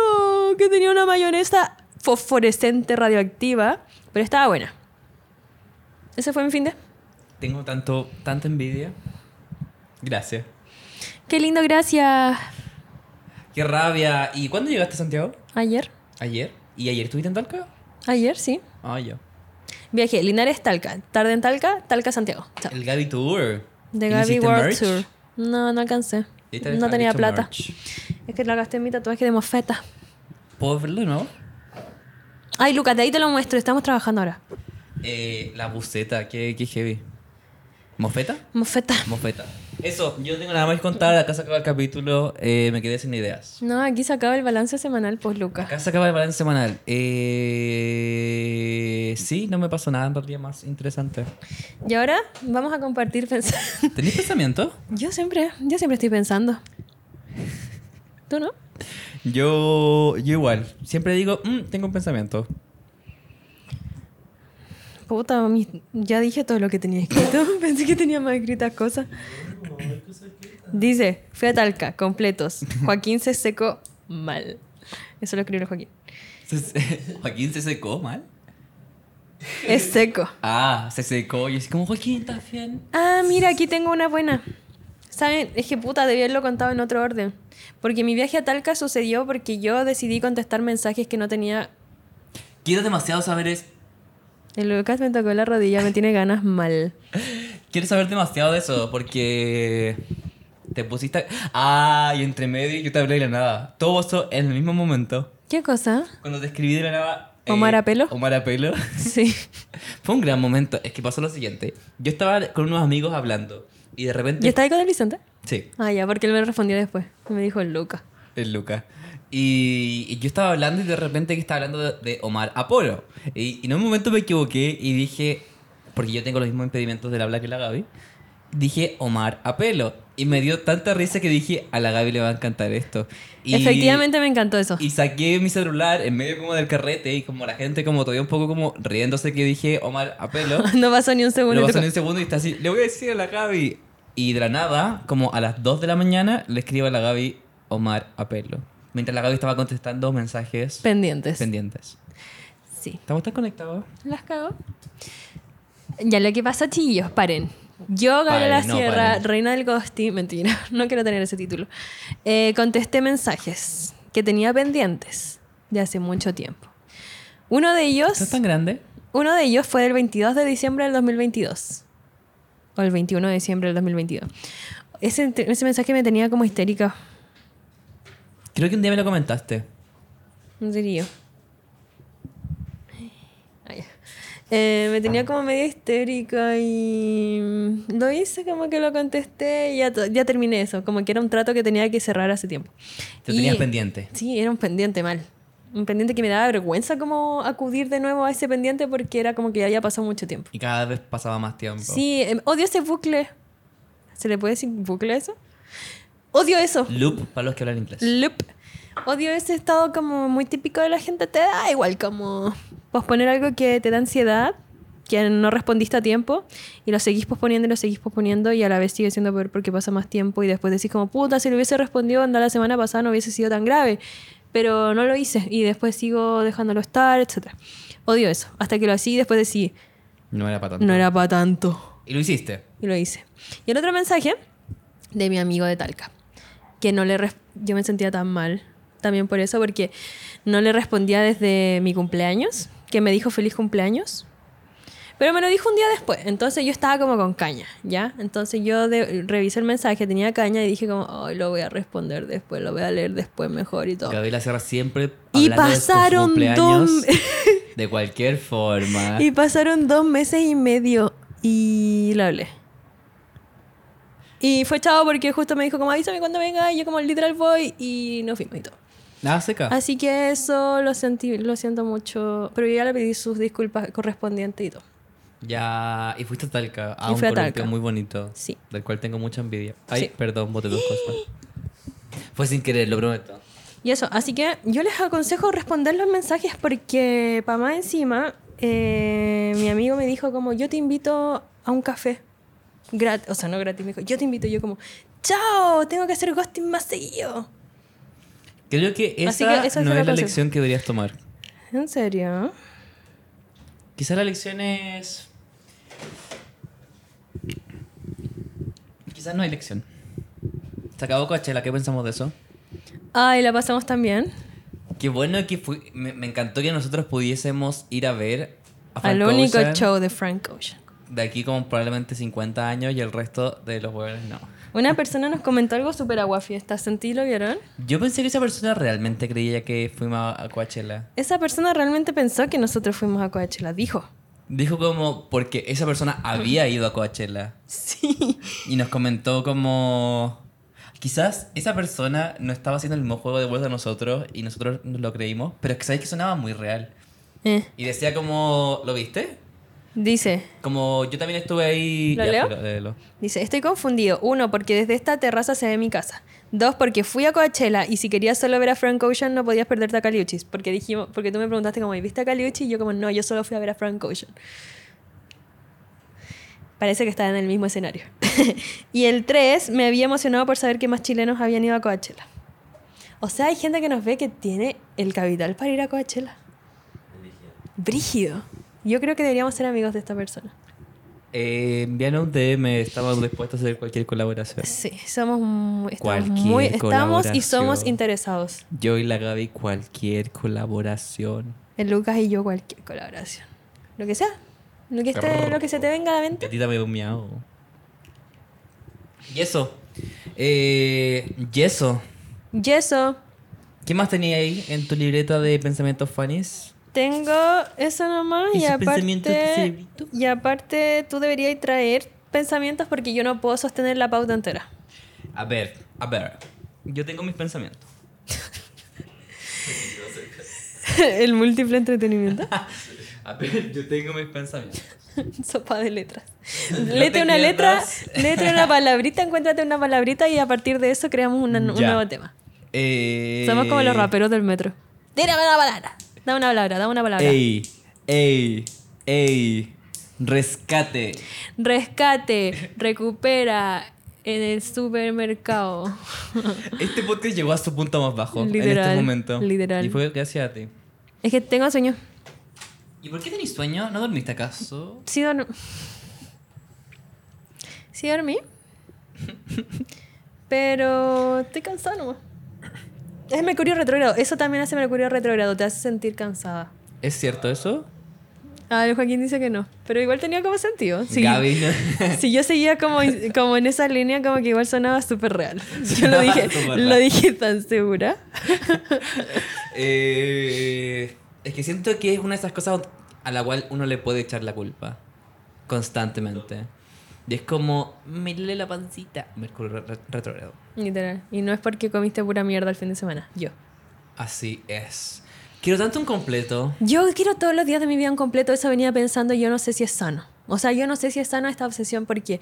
Speaker 1: que tenía una mayonesa fosforescente radioactiva, pero estaba buena. Ese fue mi fin de.
Speaker 2: Tengo tanto, tanta envidia. Gracias.
Speaker 1: Qué lindo, gracias.
Speaker 2: Qué rabia. ¿Y cuándo llegaste a Santiago?
Speaker 1: Ayer,
Speaker 2: Ayer. ¿Y ayer estuviste en Talca?
Speaker 1: ayer sí.
Speaker 2: Ah, yo.
Speaker 1: Viaje Linares Talca, tarde en Talca, Talca Santiago. Chao.
Speaker 2: El Gaby Tour.
Speaker 1: De
Speaker 2: ¿Y no
Speaker 1: Gaby
Speaker 2: hiciste
Speaker 1: World
Speaker 2: merch?
Speaker 1: Tour. No, no alcancé.
Speaker 2: Debiste haber
Speaker 1: No tenía
Speaker 2: hecho
Speaker 1: plata.
Speaker 2: merch.
Speaker 1: Es que la gasté en mi tatuaje de mofeta.
Speaker 2: ¿Puedo verlo, no?
Speaker 1: Ay, Lucas, de ahí te lo muestro. Estamos trabajando ahora.
Speaker 2: Eh, la buceta, qué, qué heavy. ¿Mofeta?
Speaker 1: Mofeta.
Speaker 2: Mofeta. Eso, yo no tengo nada más que contar. Acá se acaba el capítulo. eh, me quedé sin ideas.
Speaker 1: No, aquí se acaba el balance semanal, pues, Lucas.
Speaker 2: Acá se acaba el balance semanal. Eh, sí, no me pasó nada en realidad más interesante.
Speaker 1: Y ahora vamos a compartir pensando.
Speaker 2: ¿Tenéis pensamiento?
Speaker 1: Yo siempre, yo siempre estoy pensando. ¿Tú no?
Speaker 2: Yo, yo igual. Siempre digo, "Mm, tengo un pensamiento.
Speaker 1: Puta, mis- ya dije todo lo que tenía escrito. Pensé que tenía más escritas cosas. Dice, fui a Talca, completos. Joaquín se secó mal. Eso lo escribió el Joaquín.
Speaker 2: Se- Joaquín se secó mal.
Speaker 1: Es seco.
Speaker 2: Ah, se secó. Y es como, Joaquín, ¿estás bien?
Speaker 1: Ah, mira, aquí tengo una buena. ¿Saben? Es que puta, debí haberlo contado en otro orden. Porque mi viaje a Talca sucedió porque yo decidí contestar mensajes que no tenía.
Speaker 2: Quiero demasiado saber es...
Speaker 1: El Lucas me tocó la rodilla, me tiene ganas mal.
Speaker 2: Quiero saber demasiado de eso porque... Te pusiste... Ah, y entre medio yo te hablé de la nada. Todo eso en el mismo momento.
Speaker 1: ¿Qué cosa?
Speaker 2: Cuando te escribí de la nada... eh,
Speaker 1: ¿Omar Apelo?
Speaker 2: Omar Apelo.
Speaker 1: Sí.
Speaker 2: Fue un gran momento. Es que pasó lo siguiente. Yo estaba con unos amigos hablando. Y de repente...
Speaker 1: ¿Y está ahí con el Vicente?
Speaker 2: Sí.
Speaker 1: Ah, ya, porque él me respondió después. Me dijo Luca.
Speaker 2: El Luca. Y, y yo estaba hablando y de repente que estaba hablando de, de Omar Apolo. Y, y en un momento me equivoqué y dije, porque yo tengo los mismos impedimentos del habla que la Gaby, dije Omar Apelo. Y me dio tanta risa que dije, a la Gaby le va a encantar esto. Y,
Speaker 1: Efectivamente me encantó eso.
Speaker 2: Y saqué mi celular en medio como del carrete y como la gente como todavía un poco como riéndose que dije Omar Apelo.
Speaker 1: no pasó ni un segundo. y
Speaker 2: Lo pasó
Speaker 1: tocó.
Speaker 2: en un segundo y está así, le voy a decir a la Gaby. Y de la nada, como a las 2 de la mañana, le escribo a la Gaby Omar Apelo. Mientras la Gaby estaba contestando mensajes
Speaker 1: Pendientes.
Speaker 2: pendientes.
Speaker 1: Sí.
Speaker 2: ¿Estamos tan conectados?
Speaker 1: Las cago. Ya lo que pasa, chillos, paren. Yo, Gabriela
Speaker 2: Paren, no,
Speaker 1: Sierra,
Speaker 2: paren.
Speaker 1: reina del ghosting, mentira, no quiero tener ese título. Eh, contesté mensajes que tenía pendientes de hace mucho tiempo. Uno de ellos,
Speaker 2: ¿Estás tan grande?
Speaker 1: uno de ellos fue del 22 de diciembre del 2022. O el 21 de diciembre del 2022. Ese, ese mensaje me tenía como histérica.
Speaker 2: Creo que un día me lo comentaste.
Speaker 1: No diría. Ah, ya. Eh, me tenía como medio histérica y mm, lo hice como que lo contesté y ya, to- ya terminé eso, como que era un trato que tenía que cerrar hace tiempo.
Speaker 2: Te
Speaker 1: Y-
Speaker 2: tenías pendiente.
Speaker 1: Sí, era un pendiente mal. Un pendiente que me daba vergüenza como acudir de nuevo a ese pendiente porque era como que ya había pasado mucho tiempo.
Speaker 2: Y cada vez pasaba más tiempo.
Speaker 1: Sí, em, odio ese bucle. ¿Se le puede decir bucle a eso? Odio eso.
Speaker 2: Loop para los que hablan inglés.
Speaker 1: Loop. Odio ese estado como muy típico de la gente. Te da igual como posponer algo que te da ansiedad, que no respondiste a tiempo y lo seguís posponiendo y lo seguís posponiendo y a la vez sigue siendo peor porque pasa más tiempo y después decís como, puta, si lo hubiese respondido anda la semana pasada no hubiese sido tan grave. Pero no lo hice y después sigo dejándolo estar, etc. Odio eso. Hasta que lo hacía y después decí,
Speaker 2: No era para tanto.
Speaker 1: no era para tanto.
Speaker 2: Y lo hiciste.
Speaker 1: Y lo hice. Y el otro mensaje de mi amigo de Talca, que no le res- yo me sentía tan mal también por eso, porque no le respondía desde mi cumpleaños, que me dijo feliz cumpleaños, pero me lo dijo un día después, entonces yo estaba como con caña, ¿ya? Entonces yo de- revisé el mensaje, tenía caña y dije como, "Ay, lo voy a responder después, lo voy a leer después mejor y todo.
Speaker 2: Gabriela Sierra siempre
Speaker 1: Y
Speaker 2: hablando de sus
Speaker 1: pasaron
Speaker 2: cumpleaños
Speaker 1: dos-
Speaker 2: de cualquier forma.
Speaker 1: Y pasaron dos meses y medio y lo hablé. Y fue chavo porque justo me dijo como avísame cuando venga y yo como literal voy y nos fuimos y todo.
Speaker 2: Nada seca.
Speaker 1: Así que eso lo, sentí, lo siento mucho. Pero yo ya le pedí sus disculpas correspondientes y todo.
Speaker 2: Ya, y fuiste a Talca, a
Speaker 1: Y
Speaker 2: un
Speaker 1: fui a
Speaker 2: columpio
Speaker 1: Talca.
Speaker 2: muy bonito,
Speaker 1: Sí.
Speaker 2: del cual tengo mucha envidia. Ay,
Speaker 1: Sí.
Speaker 2: perdón, bote dos cosas. Fue sin querer, lo prometo.
Speaker 1: Y eso, así que yo les aconsejo responder los mensajes porque para más encima, eh, mi amigo me dijo como, yo te invito a un café. Grat o sea, no gratis, me dijo, yo te invito, yo como, chao, tengo que hacer ghosting más seguido.
Speaker 2: Creo que
Speaker 1: Así
Speaker 2: esa,
Speaker 1: que esa
Speaker 2: no
Speaker 1: fue
Speaker 2: es
Speaker 1: la
Speaker 2: la
Speaker 1: cosa.
Speaker 2: lección que deberías tomar.
Speaker 1: ¿En serio?
Speaker 2: Quizás la lección es... Quizás no hay lección. Se acabó Coachella, ¿qué pensamos de eso?
Speaker 1: Ay, la pasamos también.
Speaker 2: Qué bueno que fui... Me, me encantó que nosotros pudiésemos ir a ver a Frank
Speaker 1: Al único
Speaker 2: Ocean
Speaker 1: show de Frank Ocean.
Speaker 2: de aquí como probablemente 50 años y el resto de los huevones no.
Speaker 1: Una persona nos comentó algo súper aguafiesta, ¿sentí? ¿Lo vieron?
Speaker 2: Yo pensé que esa persona realmente creía que fuimos a a Coachella.
Speaker 1: Esa persona realmente pensó que nosotros fuimos a Coachella, dijo.
Speaker 2: Dijo como porque esa persona había ido a Coachella.
Speaker 1: Sí.
Speaker 2: Y nos comentó como... Quizás esa persona no estaba haciendo el mismo juego de vuelta a nosotros y nosotros nos lo creímos, pero es que sabes que sonaba muy real.
Speaker 1: Eh,
Speaker 2: Y decía como... ¿Lo viste?
Speaker 1: dice,
Speaker 2: Como yo también estuve ahí...
Speaker 1: ¿Lo
Speaker 2: Ya,
Speaker 1: leo?
Speaker 2: pero léelo.
Speaker 1: Dice, estoy confundido. Uno, porque desde esta terraza se ve mi casa. Dos, porque fui a Coachella y si querías solo ver a Frank Ocean no podías perderte a Caliuchis. Porque, dijimos, porque tú me preguntaste como, ¿y viste a Caliuchis? Y yo como, no, yo solo fui a ver a Frank Ocean. Parece que está en el mismo escenario. y el tres, me había emocionado por saber que más chilenos habían ido a Coachella. O sea, hay gente que nos ve que tiene el capital para ir a Coachella. Brígido. Yo creo que deberíamos ser amigos de esta persona.
Speaker 2: Eh, envíanos un DM, estamos dispuestos a hacer cualquier colaboración.
Speaker 1: Sí, somos muy, estamos,
Speaker 2: Cualquier
Speaker 1: muy- estamos y somos
Speaker 2: colaboración.
Speaker 1: interesados.
Speaker 2: Yo y la Gaby, cualquier colaboración.
Speaker 1: El Lucas y yo cualquier colaboración. Lo que sea. Lo que, esté, lo que se te venga a la mente.
Speaker 2: Gatita me dio un miau. Y eso. Eh, y eso.
Speaker 1: Y eso.
Speaker 2: ¿Qué más tenía ahí en tu libreta de pensamientos funnies?
Speaker 1: Tengo eso nomás y
Speaker 2: Esos pensamientos de
Speaker 1: aparte,
Speaker 2: cerebrito.
Speaker 1: y aparte tú deberías traer pensamientos porque yo no puedo sostener la pauta entera.
Speaker 2: A ver, a ver. Yo tengo mis pensamientos.
Speaker 1: El múltiple entretenimiento.
Speaker 2: A ver, yo tengo mis pensamientos.
Speaker 1: Sopa de letras.
Speaker 2: No
Speaker 1: Lete
Speaker 2: te
Speaker 1: una letra,
Speaker 2: pierdas.
Speaker 1: lete una palabrita, encuéntrate una palabrita y a partir de eso creamos una- un
Speaker 2: Ya.
Speaker 1: nuevo tema.
Speaker 2: Eh,
Speaker 1: Somos como los raperos del metro. Dame una palabra. Dame una palabra, dame una palabra.
Speaker 2: Ey, ey, ey. Rescate.
Speaker 1: Rescate, recupera en el supermercado.
Speaker 2: Este podcast llegó a su punto más bajo en este
Speaker 1: Literal,
Speaker 2: momento.
Speaker 1: literal.
Speaker 2: Y fue gracias a ti.
Speaker 1: Es que tengo sueño.
Speaker 2: ¿Y por qué tenés sueño? ¿No dormiste acaso?
Speaker 1: Sí dormí. Sí dormí. Pero estoy cansada nomás. Es Mercurio retrógrado. Eso también hace Mercurio retrógrado. Te hace sentir cansada.
Speaker 2: ¿Es cierto eso?
Speaker 1: Ah, el Joaquín dice que no. Pero igual tenía como sentido. Si,
Speaker 2: Gaby, ¿no?
Speaker 1: si yo seguía como, como en esa línea, como que igual sonaba súper real. Yo lo
Speaker 2: Sonaba
Speaker 1: dije,
Speaker 2: súper
Speaker 1: lo
Speaker 2: real.
Speaker 1: dije tan segura.
Speaker 2: Eh, es que siento que es una de esas cosas a la cual uno le puede echar la culpa constantemente. Y es como, me duele la pancita. Mercurio re- re- retrógrado.
Speaker 1: Literal. Y no es porque comiste pura mierda el fin de semana. Yo.
Speaker 2: Así es. Quiero tanto un completo.
Speaker 1: Yo quiero todos los días de mi vida un completo. Eso venía pensando. Yo no sé si es sano. O sea, yo no sé si es sana esta obsesión porque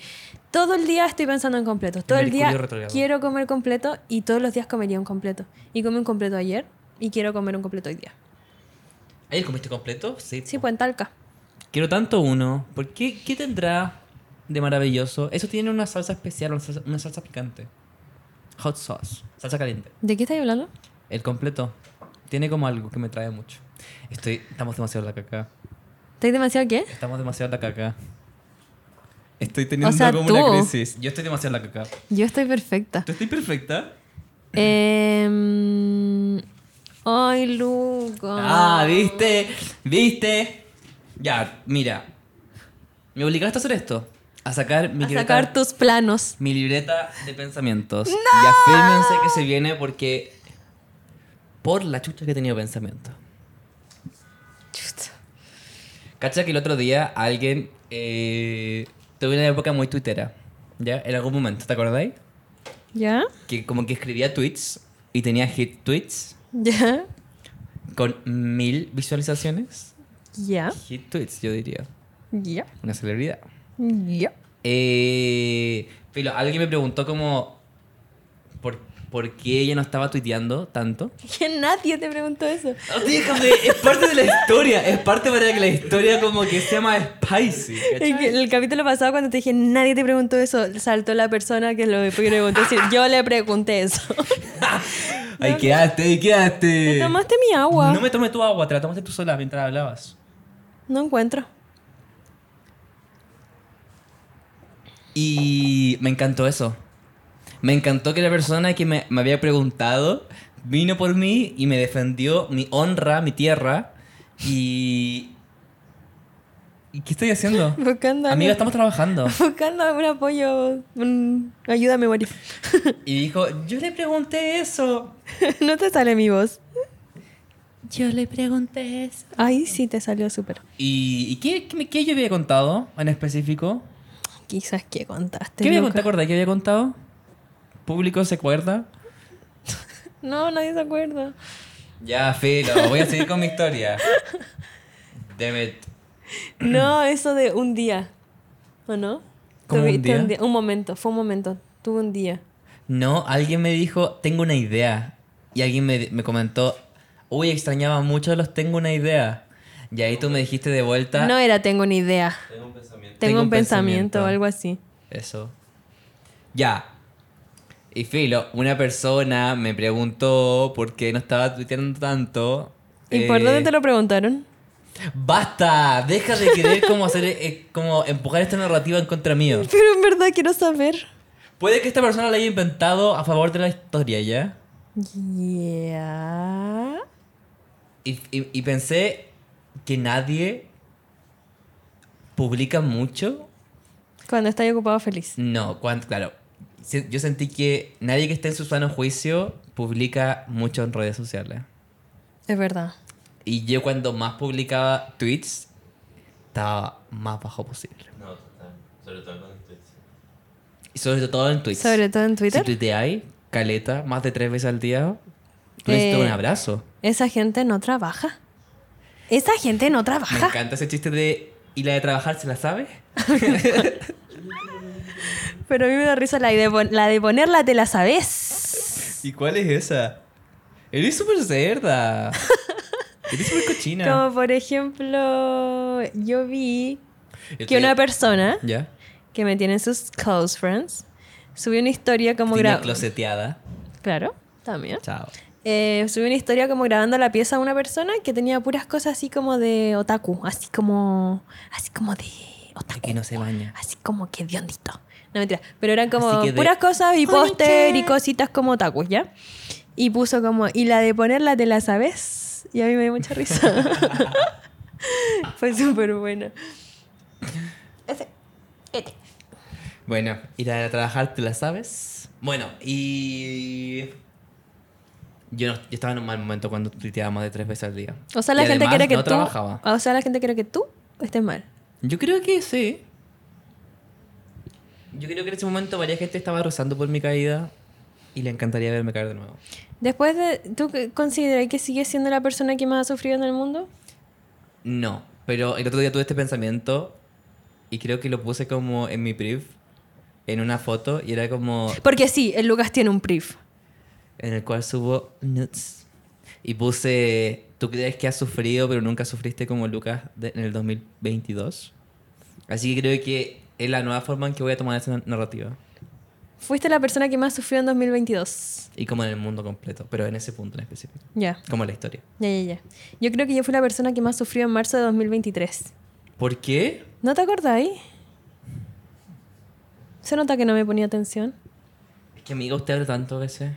Speaker 1: todo el día estoy pensando en completos. Todo el
Speaker 2: Mercurio
Speaker 1: día
Speaker 2: retrógrado.
Speaker 1: quiero comer completo y todos los días comería un completo. Y comí un completo ayer y quiero comer un completo hoy día.
Speaker 2: ¿Ayer comiste completo? Sí.
Speaker 1: Sí, pues en Talca.
Speaker 2: Quiero tanto uno. ¿Por qué, ¿Qué tendrá de maravilloso? Eso tiene una salsa especial, una salsa, una salsa picante. Hot sauce. Salsa caliente.
Speaker 1: ¿De qué estáis hablando?
Speaker 2: El completo. Tiene como algo que me trae mucho. Estoy, estamos demasiado en la caca.
Speaker 1: ¿Estáis demasiado qué?
Speaker 2: Estamos demasiado en la caca. Estoy teniendo
Speaker 1: O sea,
Speaker 2: como
Speaker 1: tú.
Speaker 2: una crisis. Yo estoy demasiado en la caca.
Speaker 1: Yo estoy perfecta.
Speaker 2: ¿Tú estoy perfecta?
Speaker 1: Em, Ay, Luca.
Speaker 2: Ah, viste, viste. Ya, mira. Me obligaste a hacer esto. A sacar mi
Speaker 1: A
Speaker 2: libreta-
Speaker 1: sacar tus planos.
Speaker 2: mi libreta de pensamientos. Y afírmense que se viene porque... Por la chucha que he tenido pensamientos.
Speaker 1: Chuta.
Speaker 2: Cacha que el otro día alguien eh, tuve una época muy tuitera, ¿ya? En algún momento, ¿te acordáis?
Speaker 1: ¿Ya?
Speaker 2: Que como que escribía tweets y tenía hit tweets
Speaker 1: Ya.
Speaker 2: con mil visualizaciones.
Speaker 1: Ya.
Speaker 2: Hit tweets, yo diría.
Speaker 1: Ya.
Speaker 2: Una celebridad.
Speaker 1: Ya.
Speaker 2: Eh, pero alguien me preguntó como... ¿Por, por qué ella no estaba tuiteando tanto?
Speaker 1: Que nadie te preguntó eso.
Speaker 2: Déjame, es parte de la historia. Es parte para que la historia como que sea más spicy.
Speaker 1: El, que- el capítulo pasado cuando te dije nadie te preguntó eso, saltó la persona que lo preguntó. decir, yo le pregunté eso.
Speaker 3: Ahí quedaste, ahí
Speaker 1: ¿Te
Speaker 3: quedaste.
Speaker 1: tomaste mi agua?
Speaker 2: No
Speaker 1: No,
Speaker 2: me tomé tu agua, te la tomaste tú sola mientras hablabas.
Speaker 1: encuentro.
Speaker 2: Y me encantó eso. Me encantó que la persona que me, me había preguntado vino por mí y me defendió mi honra, mi tierra. Y. ¿Y qué estoy haciendo?
Speaker 1: Buscando algo.
Speaker 2: Amiga, estamos trabajando.
Speaker 1: Buscando algún apoyo. un- ayúdame, Mori.
Speaker 2: Y dijo: Yo le pregunté eso.
Speaker 1: no te sale mi voz.
Speaker 2: Yo le pregunté eso.
Speaker 1: Ahí sí te salió súper.
Speaker 2: ¿Y, y qué, qué, me- qué yo había contado en específico?
Speaker 1: Quizás que contaste.
Speaker 2: ¿Qué había
Speaker 1: loca.
Speaker 2: contado? ¿Te acordás que había contado? ¿Público se acuerda?
Speaker 1: No, nadie se acuerda.
Speaker 2: Ya, filo, voy a seguir con mi historia. Damn it.
Speaker 1: No, eso de un día. ¿O no?
Speaker 2: ¿Cómo un
Speaker 1: Tuviste
Speaker 2: día?
Speaker 1: Un momento, fue un momento. Tuve un día.
Speaker 2: No, alguien me dijo, tengo una idea. Y alguien me, me comentó, uy, extrañaba mucho los tengo una idea. Y ahí tú me dijiste de vuelta.
Speaker 1: No era tengo ni idea.
Speaker 3: Tengo un pensamiento.
Speaker 1: Tengo, un pensamiento, o algo así.
Speaker 2: Eso. Ya. Y filo, una persona me preguntó por qué no estaba tuiteando tanto.
Speaker 1: ¿Y por
Speaker 2: Eh,
Speaker 1: dónde te lo preguntaron?
Speaker 2: ¡Basta! Deja de querer como hacer eh, como empujar esta narrativa en contra mío.
Speaker 1: Pero en verdad quiero saber.
Speaker 2: Puede que esta persona la haya inventado a favor de la historia, ¿ya?
Speaker 1: Yeah.
Speaker 2: Y, y- y pensé que nadie publica mucho.
Speaker 1: Cuando estás ocupado feliz.
Speaker 2: No, cuan- claro. Se- Yo sentí que nadie que esté en su sano juicio publica mucho en redes sociales.
Speaker 1: Es verdad.
Speaker 2: Y yo cuando más publicaba tweets, estaba más bajo posible.
Speaker 3: No, total. Sobre todo con esto.
Speaker 2: Y sobre todo en tweets.
Speaker 1: Sobre todo en Twitter.
Speaker 2: Si tuiteáis, caleta, más de tres veces al día, tú necesitas
Speaker 1: Eh,
Speaker 2: un abrazo.
Speaker 1: Esa gente no trabaja. Esa gente no
Speaker 2: Me
Speaker 1: trabaja.
Speaker 2: encanta ese chiste de... ¿Y la de trabajar se la sabe?
Speaker 1: Pero a mí me da risa la de, pon- la de ponerla, te la sabes.
Speaker 2: ¿Y cuál es esa? Eres súper cerda. Eres súper cochina.
Speaker 1: Como por ejemplo, yo vi
Speaker 2: Yo
Speaker 1: que
Speaker 2: te-
Speaker 1: una persona
Speaker 2: ¿Ya?
Speaker 1: que me tiene en sus close friends subió una historia como
Speaker 2: Tina
Speaker 1: grabando.
Speaker 2: closeteada.
Speaker 1: Claro, también.
Speaker 2: Chao.
Speaker 1: Eh, subió una historia como grabando la pieza de una persona que tenía puras cosas así como de otaku, así como así como de otaku,
Speaker 2: Que no se baña.
Speaker 1: así como que de hondito. No mentira, pero eran como
Speaker 2: Así que de-
Speaker 1: puras cosas y
Speaker 2: Konnichiwa.
Speaker 1: póster y cositas como otaku, ¿ya? Y puso como y la de ponerla te la sabes y a mí me dio mucha risa. Fue súper buena.
Speaker 2: Bueno, ¿y la de trabajar te la sabes? Bueno, y... Yo, no- yo estaba en un mal momento cuando tuiteaba más de tres veces al día.
Speaker 1: O sea, la
Speaker 2: Y
Speaker 1: gente
Speaker 2: además
Speaker 1: quiere que
Speaker 2: no
Speaker 1: tú
Speaker 2: trabajaba.
Speaker 1: O sea, la gente quiere que tú estés mal.
Speaker 2: Yo creo que sí. Yo creo que en ese momento varias gente estaba rozando por mi caída y le encantaría verme caer de nuevo.
Speaker 1: Después de tú consideras que sigues siendo la persona que más ha sufrido en el mundo?
Speaker 2: No, pero el otro día tuve este pensamiento y creo que lo puse como en mi priv, en una foto, y era como
Speaker 1: Porque sí, el Lucas tiene un PRIF.
Speaker 2: en el cual subo nuts. Y puse, ¿tú crees que has sufrido pero nunca sufriste como Lucas de- en el 2022? Así que creo que es la nueva forma en que voy a tomar esa na- narrativa.
Speaker 1: Fuiste la persona que más sufrió en 2022.
Speaker 2: Y como en el mundo completo, pero en ese punto en específico.
Speaker 1: Ya,
Speaker 2: Como la historia.
Speaker 1: ya, ya, ya. Yo creo que yo fui la persona que más sufrió en marzo de 2023.
Speaker 2: ¿Por qué?
Speaker 1: ¿No te acordáis? Se nota que no me ponía atención.
Speaker 2: Es que amiga, usted habla tanto a veces.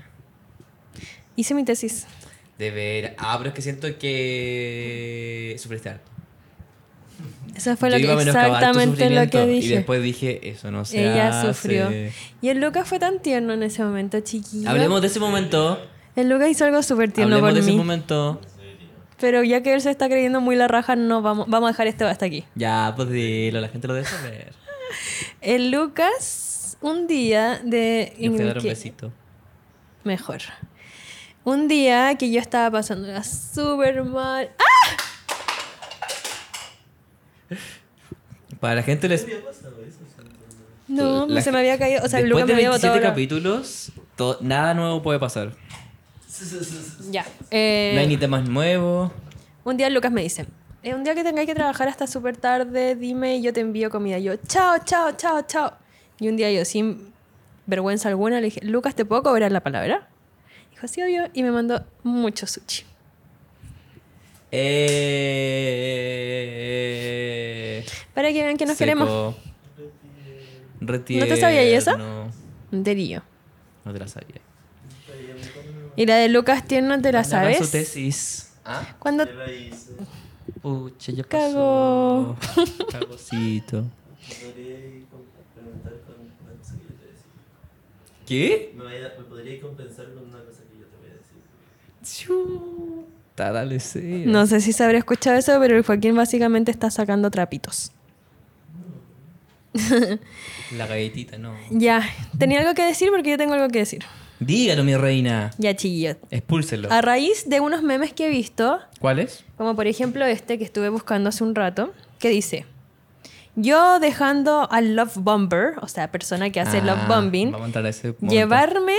Speaker 1: Hice mi tesis.
Speaker 2: De ver. Ah, pero es que siento que sufriste harto.
Speaker 1: Eso fue
Speaker 2: Yo
Speaker 1: lo que,
Speaker 2: iba a menoscabar tu
Speaker 1: exactamente lo que
Speaker 2: sufrimiento,
Speaker 1: dije.
Speaker 2: Y después dije, eso no se
Speaker 1: Ella
Speaker 2: hace.
Speaker 1: sufrió. Y el Lucas fue tan tierno en ese momento, chiquillo.
Speaker 2: Hablemos de ese momento.
Speaker 1: El Lucas hizo algo súper tierno
Speaker 2: Hablemos
Speaker 1: por
Speaker 2: de ese
Speaker 1: mí.
Speaker 2: momento.
Speaker 1: Pero ya que él se está creyendo muy la raja, no vamos, vamos a dejar esto hasta aquí.
Speaker 2: Ya, pues dilo, la gente lo debe saber.
Speaker 1: El Lucas, un día de...
Speaker 2: Yo fui a dar un
Speaker 1: que-
Speaker 2: besito.
Speaker 1: Mejor. Un día que yo estaba pasándola súper mal. ¡Ah!
Speaker 2: Para la gente les...
Speaker 1: No,
Speaker 2: La
Speaker 1: se me
Speaker 2: ge-
Speaker 1: había caído. O sea,
Speaker 2: Después
Speaker 1: Lucas me
Speaker 2: de
Speaker 1: había botado.
Speaker 2: 27
Speaker 1: la-
Speaker 2: capítulos, to- nada nuevo puede pasar.
Speaker 1: Ya. Eh,
Speaker 2: no hay ni temas nuevos.
Speaker 1: Un día Lucas me dice, "Eh, un día que tengáis que trabajar hasta súper tarde, dime y yo te envío comida. Yo, chao, chao, chao, chao. Y un día yo, sin vergüenza alguna, le dije, Lucas, ¿te puedo cobrar la palabra? Dijo, sí, obvio. Y me mandó mucho sushi.
Speaker 2: Eh,
Speaker 1: Para que vean que nos
Speaker 2: seco.
Speaker 1: queremos.
Speaker 2: Retierno.
Speaker 1: ¿No te sabía y esa?
Speaker 2: No,
Speaker 1: De lío.
Speaker 2: no te la sabía.
Speaker 1: Y la de Lucas tierno, ¿te la
Speaker 2: Anda con su
Speaker 1: sabes?
Speaker 2: tesis. Ah,
Speaker 1: Cuando...
Speaker 2: pucha, ya
Speaker 1: Cagó.
Speaker 2: pasó. Cagocito. ¿Qué?
Speaker 4: Me, vaya- me podría compensar con una cosa que yo te voy a decir.
Speaker 2: Chuta, dale, sí.
Speaker 1: No sé si se habrá escuchado eso, pero el Joaquín básicamente está sacando trapitos.
Speaker 2: La galletita, no.
Speaker 1: Ya, tenía algo que decir porque yo tengo algo que decir.
Speaker 2: Dígalo, mi reina.
Speaker 1: Ya, chiquillo.
Speaker 2: Expúlselo.
Speaker 1: A raíz de unos memes que he visto,
Speaker 2: ¿Cuál es?
Speaker 1: Como por ejemplo este que estuve buscando hace un rato, que dice, yo dejando al love bomber, o sea, persona que hace love bombing,
Speaker 2: Ah, Vamos a entrar a ese momento.
Speaker 1: llevarme...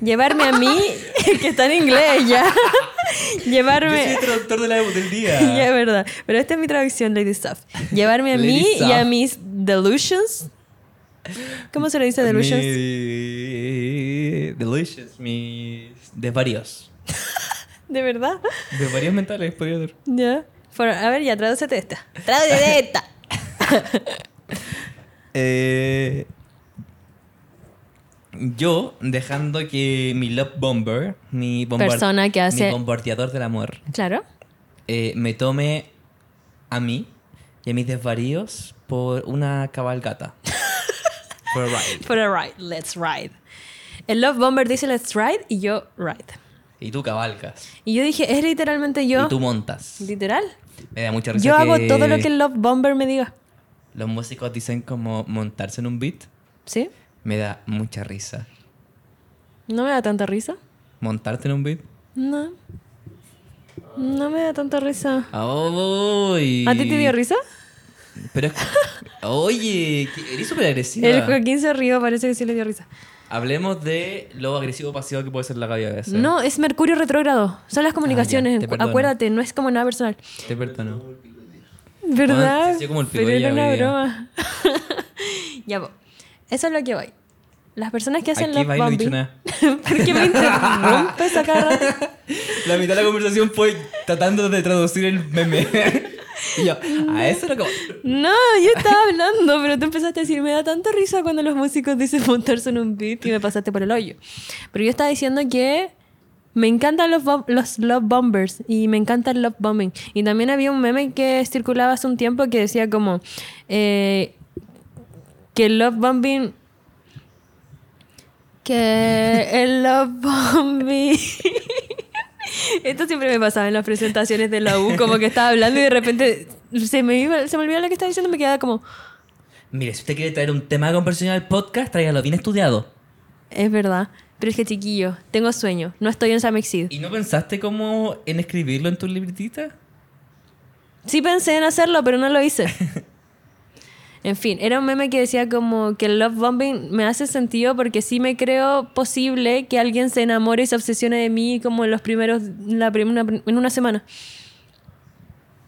Speaker 1: Llevarme a mí, que está en inglés ya.
Speaker 2: Yo soy
Speaker 1: llevarme...
Speaker 2: el traductor de la, E del día.
Speaker 1: Ya, es verdad. Pero esta es mi traducción, Lady Stuff. Llevarme a mí
Speaker 2: Lady
Speaker 1: y a
Speaker 2: Saf.
Speaker 1: mis delusions. ¿Cómo se le dice delusions?
Speaker 2: Mi- Delicious. Mis desvaríos.
Speaker 1: ¿De verdad?
Speaker 2: Desvaríos mentales, podría ser.
Speaker 1: Ya. For- a ver, ya, tradúcete esta. Tradúcete esta.
Speaker 2: Eh, yo, dejando que mi love bomber, mi, bombar-
Speaker 1: Persona que hace-
Speaker 2: mi bombardeador del amor,
Speaker 1: Claro.
Speaker 2: eh, me tome a mí y a mis desvaríos por una cabalgata. por a ride.
Speaker 1: For a ride, let's ride. El Love Bomber dice let's ride y yo ride.
Speaker 2: Y tú cabalgas.
Speaker 1: Y yo dije, es literalmente yo.
Speaker 2: Y tú montas.
Speaker 1: Literal.
Speaker 2: Me da mucha risa
Speaker 1: Yo hago
Speaker 2: que
Speaker 1: todo lo que el Love Bomber me diga.
Speaker 2: los músicos dicen como montarse en un beat.
Speaker 1: ¿Sí?
Speaker 2: Me da mucha risa.
Speaker 1: ¿No me da tanta risa?
Speaker 2: ¿Montarte en un beat?
Speaker 1: No. No me da tanta risa.
Speaker 2: ¡Ah, ¡Ay!
Speaker 1: ¿A ti te dio risa?
Speaker 2: Pero es que- Oye, que- eres súper agresiva.
Speaker 1: El Joaquín se rió, parece que sí le dio risa.
Speaker 2: Hablemos de lo agresivo pasivo que puede ser la rabia a veces.
Speaker 1: No, es Mercurio retrógrado. Son las comunicaciones.
Speaker 2: Ah, te
Speaker 1: acu-
Speaker 2: perdono.
Speaker 1: Acuérdate, no es como nada personal.
Speaker 2: Te perdono.
Speaker 1: ¿Verdad?
Speaker 2: sí, sí, Ah, como el
Speaker 1: Pero
Speaker 2: pico
Speaker 1: era
Speaker 2: ya
Speaker 1: una
Speaker 2: hoy día.
Speaker 1: broma. ya, po. eso es lo que voy. Las personas que hacen
Speaker 2: Aquí
Speaker 1: love
Speaker 2: va y no he dicho
Speaker 1: bombing.
Speaker 2: nada.
Speaker 1: ¿Por qué me interrumpes a cada rato?
Speaker 2: La mitad de la conversación fue tratando de traducir el meme. y yo, a eso lo que...
Speaker 1: No, yo estaba hablando, pero tú empezaste a decir, me da tanta risa cuando los músicos dicen montarse en un beat y me pasaste por el hoyo. Pero yo estaba diciendo que me encantan los, bom- los love bombers y me encanta el love bombing. Y también había un meme que circulaba hace un tiempo que decía como eh, que el love bombing... Que el love bombing... Esto siempre me pasaba en las presentaciones de la U, como que estaba hablando y de repente se me, iba, se me olvidaba lo que estaba diciendo, me quedaba como,
Speaker 2: Mire, si usted quiere traer un tema de conversación al podcast, tráigalo bien estudiado.
Speaker 1: es verdad, pero es que chiquillo, tengo sueño, no estoy en Samexid.
Speaker 2: ¿Y no pensaste como en escribirlo en tu libretita?
Speaker 1: Sí pensé en hacerlo, pero no lo hice. En fin, era un meme que decía como que el love bombing me hace sentido porque sí me creo posible que alguien se enamore y se obsesione de mí como en los primeros, la prim- una- en una semana.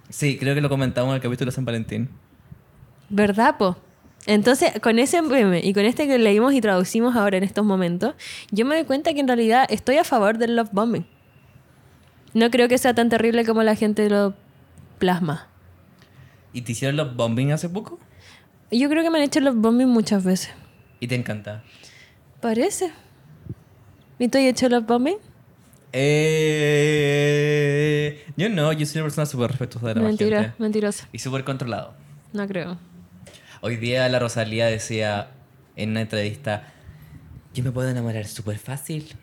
Speaker 2: Sí, creo que lo comentamos en el capítulo de San Valentín.
Speaker 1: ¿Verdad, po? Entonces, con ese meme y con este que leímos y traducimos ahora en estos momentos, yo me doy cuenta que en realidad estoy a favor del love bombing. No creo que sea tan terrible como la gente lo plasma.
Speaker 2: ¿Y te hicieron los bombing hace poco?
Speaker 1: Yo creo que me han hecho love bombing muchas veces.
Speaker 2: Y te encanta.
Speaker 1: Parece. ¿Y tú has hecho love bombing?
Speaker 2: Eh, yo no, yo soy una persona súper respetuosa de la
Speaker 1: Mentira,
Speaker 2: gente.
Speaker 1: mentirosa.
Speaker 2: Y súper controlado.
Speaker 1: No creo.
Speaker 2: Hoy día la Rosalía decía en una entrevista, yo me puedo enamorar súper fácil,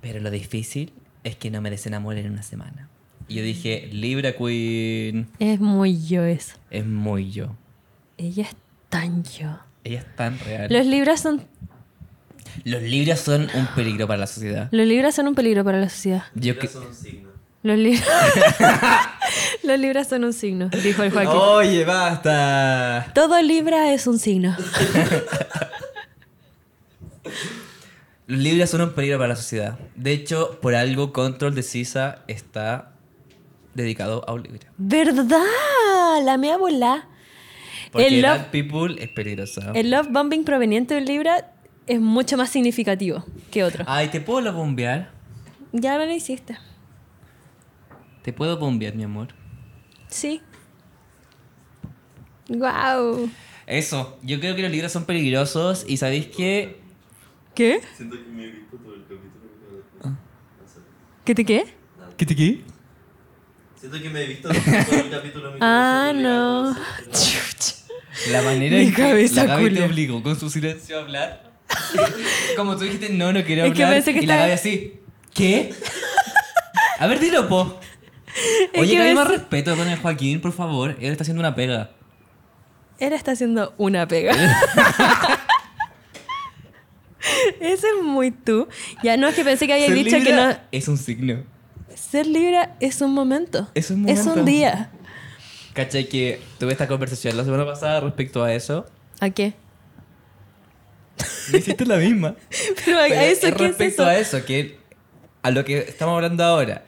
Speaker 2: pero lo difícil es que no me desenamore en una semana. Y yo dije, Libra Queen
Speaker 1: Es muy yo eso.
Speaker 2: es muy yo.
Speaker 1: Ella es tan yo.
Speaker 2: Ella es tan real.
Speaker 1: Los libras son
Speaker 2: Los libros son un peligro para la sociedad.
Speaker 1: Los libros son un peligro para la sociedad.
Speaker 2: Yo
Speaker 4: Libra
Speaker 2: que-
Speaker 4: son un signo.
Speaker 1: Los libros. Los libras son un signo, dijo el Joaquín.
Speaker 2: Oh.
Speaker 3: Oye, basta.
Speaker 1: Todo libra es un signo.
Speaker 2: Los libros son un peligro para la sociedad. De hecho, por algo Control de Sisa está dedicado a un libro.
Speaker 1: ¿Verdad? La mea bola.
Speaker 2: Porque
Speaker 1: El
Speaker 2: el
Speaker 1: love-
Speaker 2: People es peligrosa.
Speaker 1: El love bombing proveniente de libra es mucho más significativo que otro.
Speaker 2: Ay, ¿te puedo lo bombear?
Speaker 1: Ya me lo hiciste.
Speaker 2: ¿Te puedo bombear, mi amor?
Speaker 1: Sí. Wow.
Speaker 2: Eso, yo creo que los libros son peligrosos y sabéis que
Speaker 1: ¿Qué?
Speaker 4: Siento que me grito todo el capítulo. No sé.
Speaker 1: ¿Qué te qué?
Speaker 3: ¿Qué te qué?
Speaker 4: Siento que me he visto todo el capítulo. en mi
Speaker 1: Ah,
Speaker 4: cabeza,
Speaker 1: no.
Speaker 4: no sé,
Speaker 1: Chuch.
Speaker 2: la manera
Speaker 1: Mi
Speaker 2: en que
Speaker 1: cabeza
Speaker 2: la Gaby te
Speaker 1: culia.
Speaker 2: obligó con su silencio a hablar. Como tú dijiste, no, no quiero
Speaker 1: Es que
Speaker 2: hablar.
Speaker 1: pensé que
Speaker 2: y la
Speaker 1: estaba-
Speaker 2: Gaby así, ¿qué? A ver, dilo, po.
Speaker 1: Es
Speaker 2: Oye,
Speaker 1: que
Speaker 2: que hay más
Speaker 1: ves-
Speaker 2: respeto con el Joaquín, por favor. Él está haciendo una pega.
Speaker 1: Él está haciendo una pega. Ese es muy tú. Ya no es que pensé que había
Speaker 2: Ser
Speaker 1: dicho que
Speaker 2: libra
Speaker 1: no.
Speaker 2: Es un signo.
Speaker 1: Ser libra es un momento.
Speaker 2: Es un
Speaker 1: Es
Speaker 2: momento.
Speaker 1: un día.
Speaker 2: ¿Cachai? Que tuve esta conversación la semana pasada respecto a eso.
Speaker 1: ¿A qué?
Speaker 2: Me hiciste la misma.
Speaker 1: Pero a
Speaker 2: Pero
Speaker 1: eso,
Speaker 2: es
Speaker 1: ¿qué es
Speaker 2: respecto
Speaker 1: eso?
Speaker 2: a eso, que a lo que estamos hablando ahora.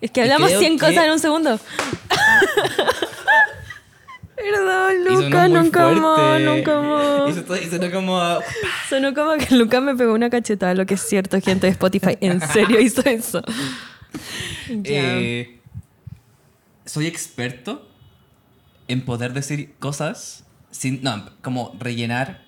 Speaker 1: Es que hablamos
Speaker 2: creo
Speaker 1: 100
Speaker 2: que-
Speaker 1: cosas en un segundo. Perdón,
Speaker 2: Y sonó
Speaker 1: Luca,
Speaker 2: muy
Speaker 1: nunca más,
Speaker 2: fuerte.
Speaker 1: nunca
Speaker 2: Y
Speaker 1: más.
Speaker 2: sonó- y sonó como a-
Speaker 1: Sonó como que Luca me pegó una cachetada, lo que es cierto, gente de Spotify. En serio hizo eso. Ya.
Speaker 2: eh, soy experto en poder decir cosas sin. No, como rellenar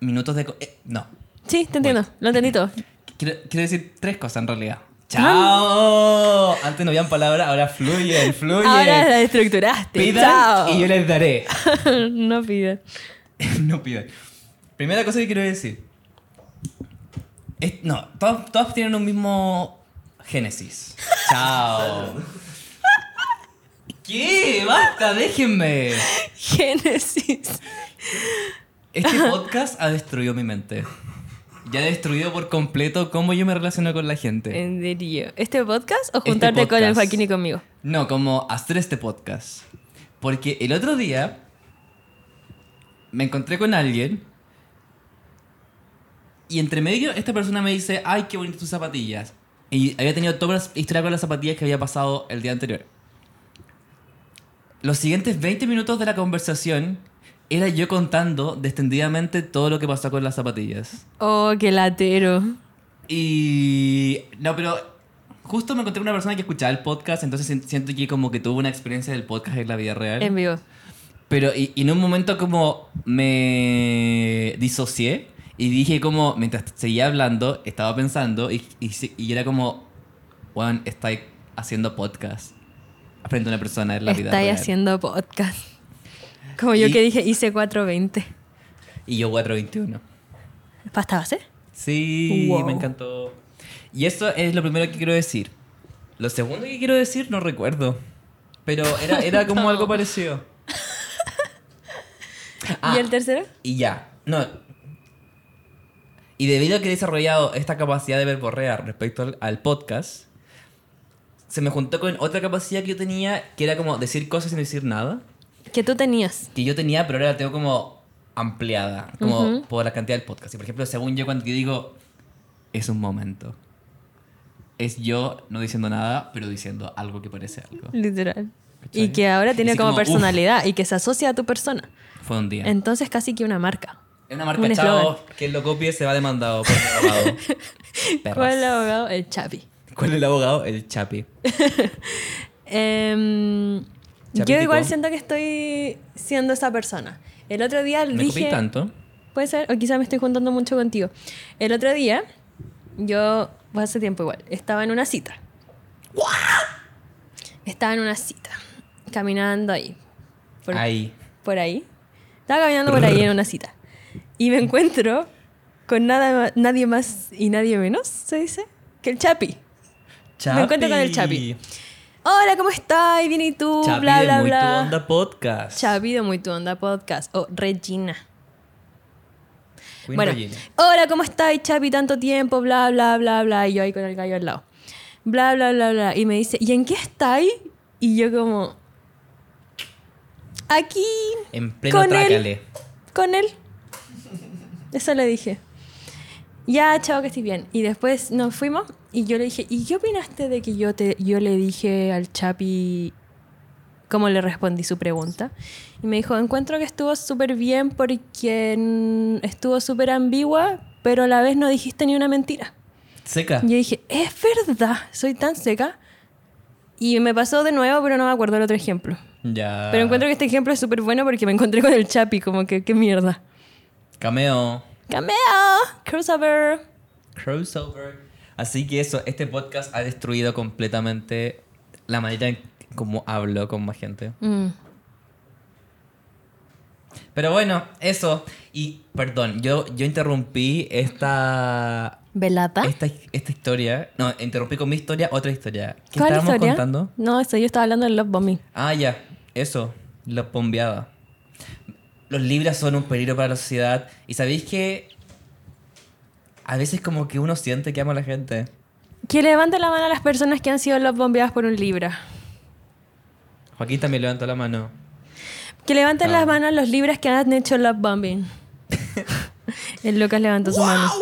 Speaker 2: minutos de. co- eh, no.
Speaker 1: sí, te entiendo. Lo entendí todo.
Speaker 2: Quiero, quiero decir tres cosas en realidad. ¡Chao! Antes no habían palabras, ahora fluyen, fluyen.
Speaker 1: Ah. Ahora la estructuraste.
Speaker 2: Pidan
Speaker 1: Chao.
Speaker 2: y yo les daré.
Speaker 1: no pidas.
Speaker 2: no pidan. Primera cosa que quiero decir. Es- no, todas, todas tienen un mismo génesis. Chao. ¿Qué? Basta, déjenme.
Speaker 1: Génesis.
Speaker 2: Este podcast ha destruido mi mente. Ya ha destruido por completo cómo yo me relaciono con la gente.
Speaker 1: En serio. ¿Este podcast o juntarte con
Speaker 2: podcast.
Speaker 1: el Joaquín y conmigo?
Speaker 2: No, como hacer este podcast. Porque el otro día me encontré con alguien y entre medio esta persona me dice, ay, qué bonitas tus zapatillas. Y había tenido toda la historia con las zapatillas que había pasado el día anterior. Los siguientes 20 minutos de la conversación era yo contando destendidamente todo lo que pasó con las zapatillas.
Speaker 1: Oh, qué latero.
Speaker 2: Y... No, pero justo me encontré con una persona que escuchaba el podcast, entonces sien- siento que como que tuvo una experiencia del podcast en la vida real.
Speaker 1: En vivo.
Speaker 2: Pero y, y en un momento como me disocié y dije como, mientras seguía hablando, estaba pensando y, y, se- y era como, Juan, estáis haciendo podcast frente a una persona en la vida
Speaker 1: Estáis
Speaker 2: real.
Speaker 1: haciendo podcast. Como yo
Speaker 2: Y-
Speaker 1: que dije, hice 420.
Speaker 2: Y yo 421.
Speaker 1: ¿Pasta base?
Speaker 2: Sí,
Speaker 1: Wow.
Speaker 2: me encantó. Y eso es lo primero que quiero decir. Lo segundo que quiero decir no recuerdo. Pero era, era como algo parecido. Ah,
Speaker 1: ¿Y el tercero?
Speaker 2: Y ya. No. Y debido a que he desarrollado esta capacidad de verborrear respecto al, al podcast, se me juntó con otra capacidad que yo tenía, que era como decir cosas sin decir nada.
Speaker 1: Que tú tenías.
Speaker 2: Que yo tenía, pero ahora la tengo como ampliada, como
Speaker 1: Ujú.
Speaker 2: por la cantidad del podcast. Y por ejemplo, según yo, cuando yo digo, es un momento. Es yo no diciendo nada, pero diciendo algo que parece algo.
Speaker 1: Literal.
Speaker 2: ¿Cachai?
Speaker 1: Y que ahora
Speaker 2: Y
Speaker 1: tiene
Speaker 2: así
Speaker 1: como,
Speaker 2: como, uf.
Speaker 1: personalidad y que se asocia a tu persona.
Speaker 2: Fue un día.
Speaker 1: Entonces casi que una marca.
Speaker 2: es una marca
Speaker 1: un
Speaker 2: chao,
Speaker 1: eslogan.
Speaker 2: que lo copie se va demandado por abogado. Perras.
Speaker 1: ¿Cuál abogado? El Chapi.
Speaker 2: ¿Cuál es el abogado? El Chapi.
Speaker 1: Em, yo
Speaker 2: Chapitico.
Speaker 1: igual siento que estoy siendo esa persona. El otro día
Speaker 2: Me
Speaker 1: dije...
Speaker 2: copié tanto.
Speaker 1: Puede ser, o quizá me estoy juntando mucho contigo. El otro día, yo, fue hace tiempo igual, estaba en una cita. Estaba en una cita, caminando ahí. Por,
Speaker 2: Ahí.
Speaker 1: por ahí. Estaba caminando por ahí en una cita. Y me encuentro con nada, nadie más y nadie menos, se dice, que el Chapi. Me encuentro con el Chapi. Hola, ¿cómo estás? Y bien, ¿y tú?
Speaker 2: Chapi
Speaker 1: bla,
Speaker 2: de
Speaker 1: bla,
Speaker 2: Muy
Speaker 1: bla.
Speaker 2: Tu Onda Podcast.
Speaker 1: Chavi de Muy Tu Onda Podcast o Regina.
Speaker 2: Queen
Speaker 1: bueno,
Speaker 2: Regina.
Speaker 1: hola, ¿cómo estáis, Chapi? Tanto tiempo, bla, bla, bla, bla. Y yo ahí con el gallo al lado. Bla, bla, bla, bla. Y me dice, ¿y en qué estáis? Y yo como... Aquí,
Speaker 2: En pleno
Speaker 1: Con él.
Speaker 2: trácale.
Speaker 1: con él. Eso le dije. Ya, chao, que estoy bien. Y después nos fuimos y yo le dije, ¿y qué opinaste de que yo, te, yo le dije al Chapi cómo le respondí su pregunta? Y me dijo, encuentro que estuvo súper bien porque mm, estuvo súper ambigua, pero a la vez no dijiste ni una mentira.
Speaker 2: Seca.
Speaker 1: Y yo dije, es verdad, soy tan seca. Y me pasó de nuevo, pero no me acuerdo el otro ejemplo.
Speaker 2: Ya.
Speaker 1: Pero encuentro que este ejemplo es súper bueno porque me encontré con el Chapi, como que, qué mierda.
Speaker 2: Cameo.
Speaker 1: Cameo, crossover.
Speaker 2: Crossover. Así que eso, este podcast ha destruido completamente la manera en cómo hablo con más gente.
Speaker 1: Mm,
Speaker 2: Pero bueno, eso. Y perdón, yo, yo interrumpí esta,
Speaker 1: ¿Velata?
Speaker 2: esta, esta historia. No, interrumpí con mi historia otra historia. ¿Qué
Speaker 1: ¿Cuál
Speaker 2: estábamos
Speaker 1: historia?
Speaker 2: contando?
Speaker 1: No, eso yo estaba hablando del Love Bombing.
Speaker 2: Ah, ya. Eso. La pombeada. Los libros son un peligro para la sociedad. Y sabéis que a veces como que uno siente que ama a la gente.
Speaker 1: Que levante la mano a las personas que han sido Love Bombeadas por un Libra.
Speaker 2: Joaquín también levantó la mano.
Speaker 1: Que levanten
Speaker 2: Ah.
Speaker 1: las manos los Libras que han hecho Love Bombing. el Lucas levantó su mano.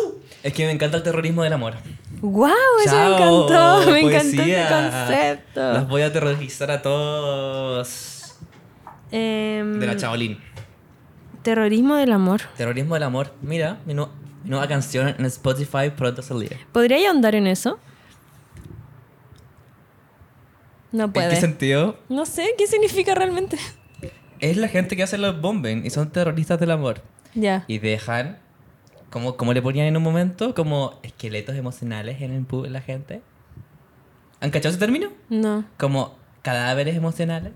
Speaker 2: Es que me encanta el terrorismo del amor.
Speaker 1: ¡Wow! Eso me
Speaker 2: Chao,
Speaker 1: encantó. Me encantó
Speaker 2: poesía.
Speaker 1: este concepto.
Speaker 2: Los voy a aterrorizar a todos.
Speaker 1: Em,
Speaker 2: De la Chaolín.
Speaker 1: terrorismo del amor.
Speaker 2: Terrorismo del amor. Mira, mi, nu- mi nueva canción en Spotify pronto salir.
Speaker 1: ¿Podría ahondar en eso? No
Speaker 2: ¿En qué
Speaker 1: puede.
Speaker 2: sentido?
Speaker 1: No sé qué significa realmente.
Speaker 2: Es la gente que hace los bomben y son terroristas del amor.
Speaker 1: Ya.
Speaker 2: Y dejan, como, como le ponían en un momento, como esqueletos emocionales en, el, pu- en la gente. ¿Han cachado ese término?
Speaker 1: No,
Speaker 2: Como cadáveres emocionales.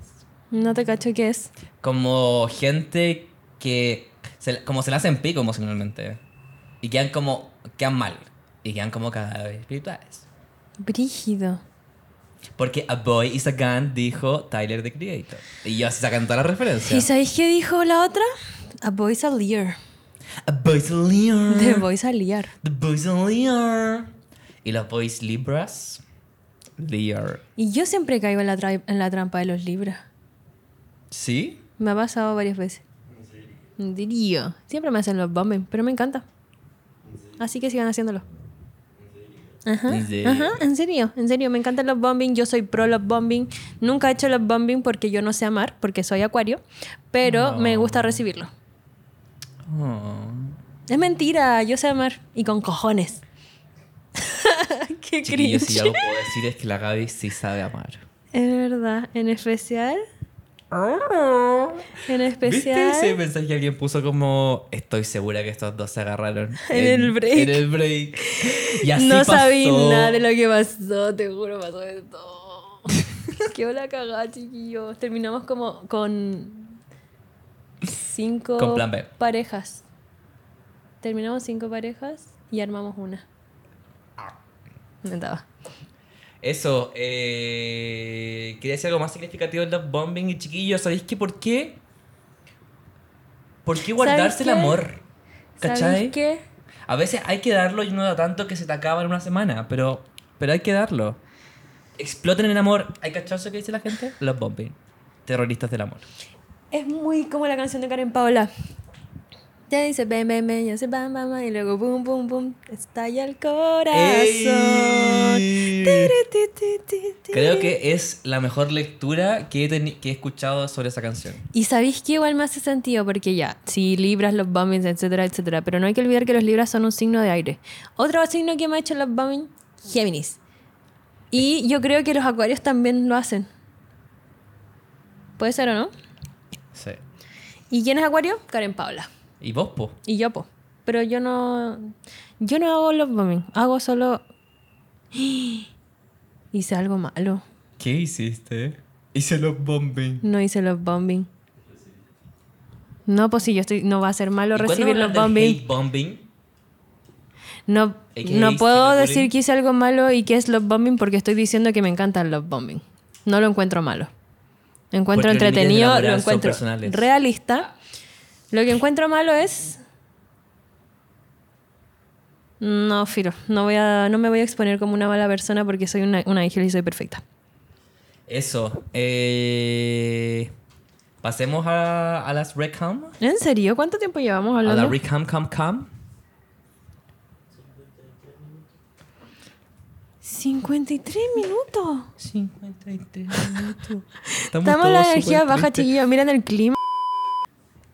Speaker 1: no te cacho qué es.
Speaker 2: Como gente que se, la- como se le hacen pico emocionalmente. Y quedan como, quedan mal. Y quedan como cadáveres espirituales.
Speaker 1: Brígido.
Speaker 2: Porque A Boy is a Gun dijo Tyler the Creator. Y yo sacan toda la referencia.
Speaker 1: ¿Y sabéis qué dijo la otra? A Boys a Lear.
Speaker 2: a Boy's a Lear.
Speaker 1: De Boys a Lear.
Speaker 2: The Boys on Lear. Y los Boys Libras. Lear.
Speaker 1: Y yo siempre caigo en la, tra- en la trampa de los libros.
Speaker 2: ¿Sí?
Speaker 1: Me ha pasado varias veces. Diría. Siempre me hacen los bombing, pero me encanta. Así que sigan haciéndolo. Ajá,
Speaker 2: En serio.
Speaker 1: ajá, en serio, en serio, me encantan los bombing, yo soy pro los bombing, nunca he hecho los bombing porque yo no sé amar, porque soy acuario, pero me gusta recibirlo.
Speaker 2: Oh.
Speaker 1: Es mentira, yo sé amar. Y con cojones. Qué
Speaker 2: Chiquillos,
Speaker 1: cringe.
Speaker 2: si algo puedo decir es que la Gaby sí sabe amar.
Speaker 1: Es verdad, en especial. En
Speaker 2: ¿Viste ese
Speaker 1: especial.
Speaker 2: mensaje que alguien puso como estoy segura que estos dos se agarraron?
Speaker 1: En el break.
Speaker 2: En el break. Y así
Speaker 1: no
Speaker 2: pasó.
Speaker 1: sabía nada de lo que pasó, te juro, pasó de todo. Qué la cagada, chiquillos. Terminamos como con cinco
Speaker 2: Con plan B.
Speaker 1: parejas. Terminamos cinco parejas y armamos una.
Speaker 2: Ah.
Speaker 1: Me estaba.
Speaker 2: Eso, eh, quería decir algo más significativo del love bombing y chiquillos, ¿sabéis qué? ¿Por qué? ¿Por qué guardarse el
Speaker 1: qué?
Speaker 2: amor? ¿Cachai?
Speaker 1: ¿Sabéis qué?
Speaker 2: A veces hay que darlo y no da tanto que se te acaba en una semana, pero, pero hay que darlo. Exploten el amor. ¿Hay cachazo que dice la gente? Los bombing. Terroristas del amor.
Speaker 1: Es muy como la canción de Karen Paola. Ya dice ven, ven, ven, ya se bam, bam, bam, y luego boom, boom, boom, estalla el corazón.
Speaker 2: ¡Ey!
Speaker 1: Tiri, ti, ti, ti, ti.
Speaker 2: Creo que es la mejor lectura que he, teni- que he escuchado sobre esa canción.
Speaker 1: Y sabéis que igual me hace sentido porque ya, si libras los bombings, etcétera, etcétera, pero no hay que olvidar que los libras son un signo de aire. Otro signo que me ha hecho los bombing, Géminis. Y yo creo que los acuarios también lo hacen. ¿Puede ser o no?
Speaker 2: Sí.
Speaker 1: ¿Y quién es acuario? Karen Paola.
Speaker 2: ¿Y vos, po?
Speaker 1: Y yo, po. Pero yo no. Yo no hago love bombing. Hago solo. Hice algo malo.
Speaker 2: ¿Qué hiciste? Hice los bombing.
Speaker 1: No hice love bombing. No, pues si yo estoy. No va a ser malo recibir los bombing.
Speaker 2: bombing?
Speaker 1: No,
Speaker 2: ¿Y qué
Speaker 1: no
Speaker 2: hiciste,
Speaker 1: puedo
Speaker 2: Capulín?
Speaker 1: decir que hice algo malo y que es love bombing porque estoy diciendo que me encanta el love bombing. No lo encuentro malo. Encuentro
Speaker 2: Porque los límites de la
Speaker 1: entretenido,
Speaker 2: moral
Speaker 1: lo
Speaker 2: son
Speaker 1: encuentro
Speaker 2: personales.
Speaker 1: realista. Lo que encuentro malo es No, Firo, no, voy a, no me voy a exponer como una mala persona porque soy una, una ángel y soy perfecta.
Speaker 2: Eso. eh, pasemos a, a las Reckham.
Speaker 1: ¿En serio? ¿Cuánto tiempo llevamos
Speaker 2: A
Speaker 1: hablando?
Speaker 2: la Reckham, Cam, Cam.
Speaker 1: 53 minutos.
Speaker 2: 53 minutos.
Speaker 1: Estamos en la energía baja,
Speaker 2: chiquita.
Speaker 1: chiquillos. Miren el clima.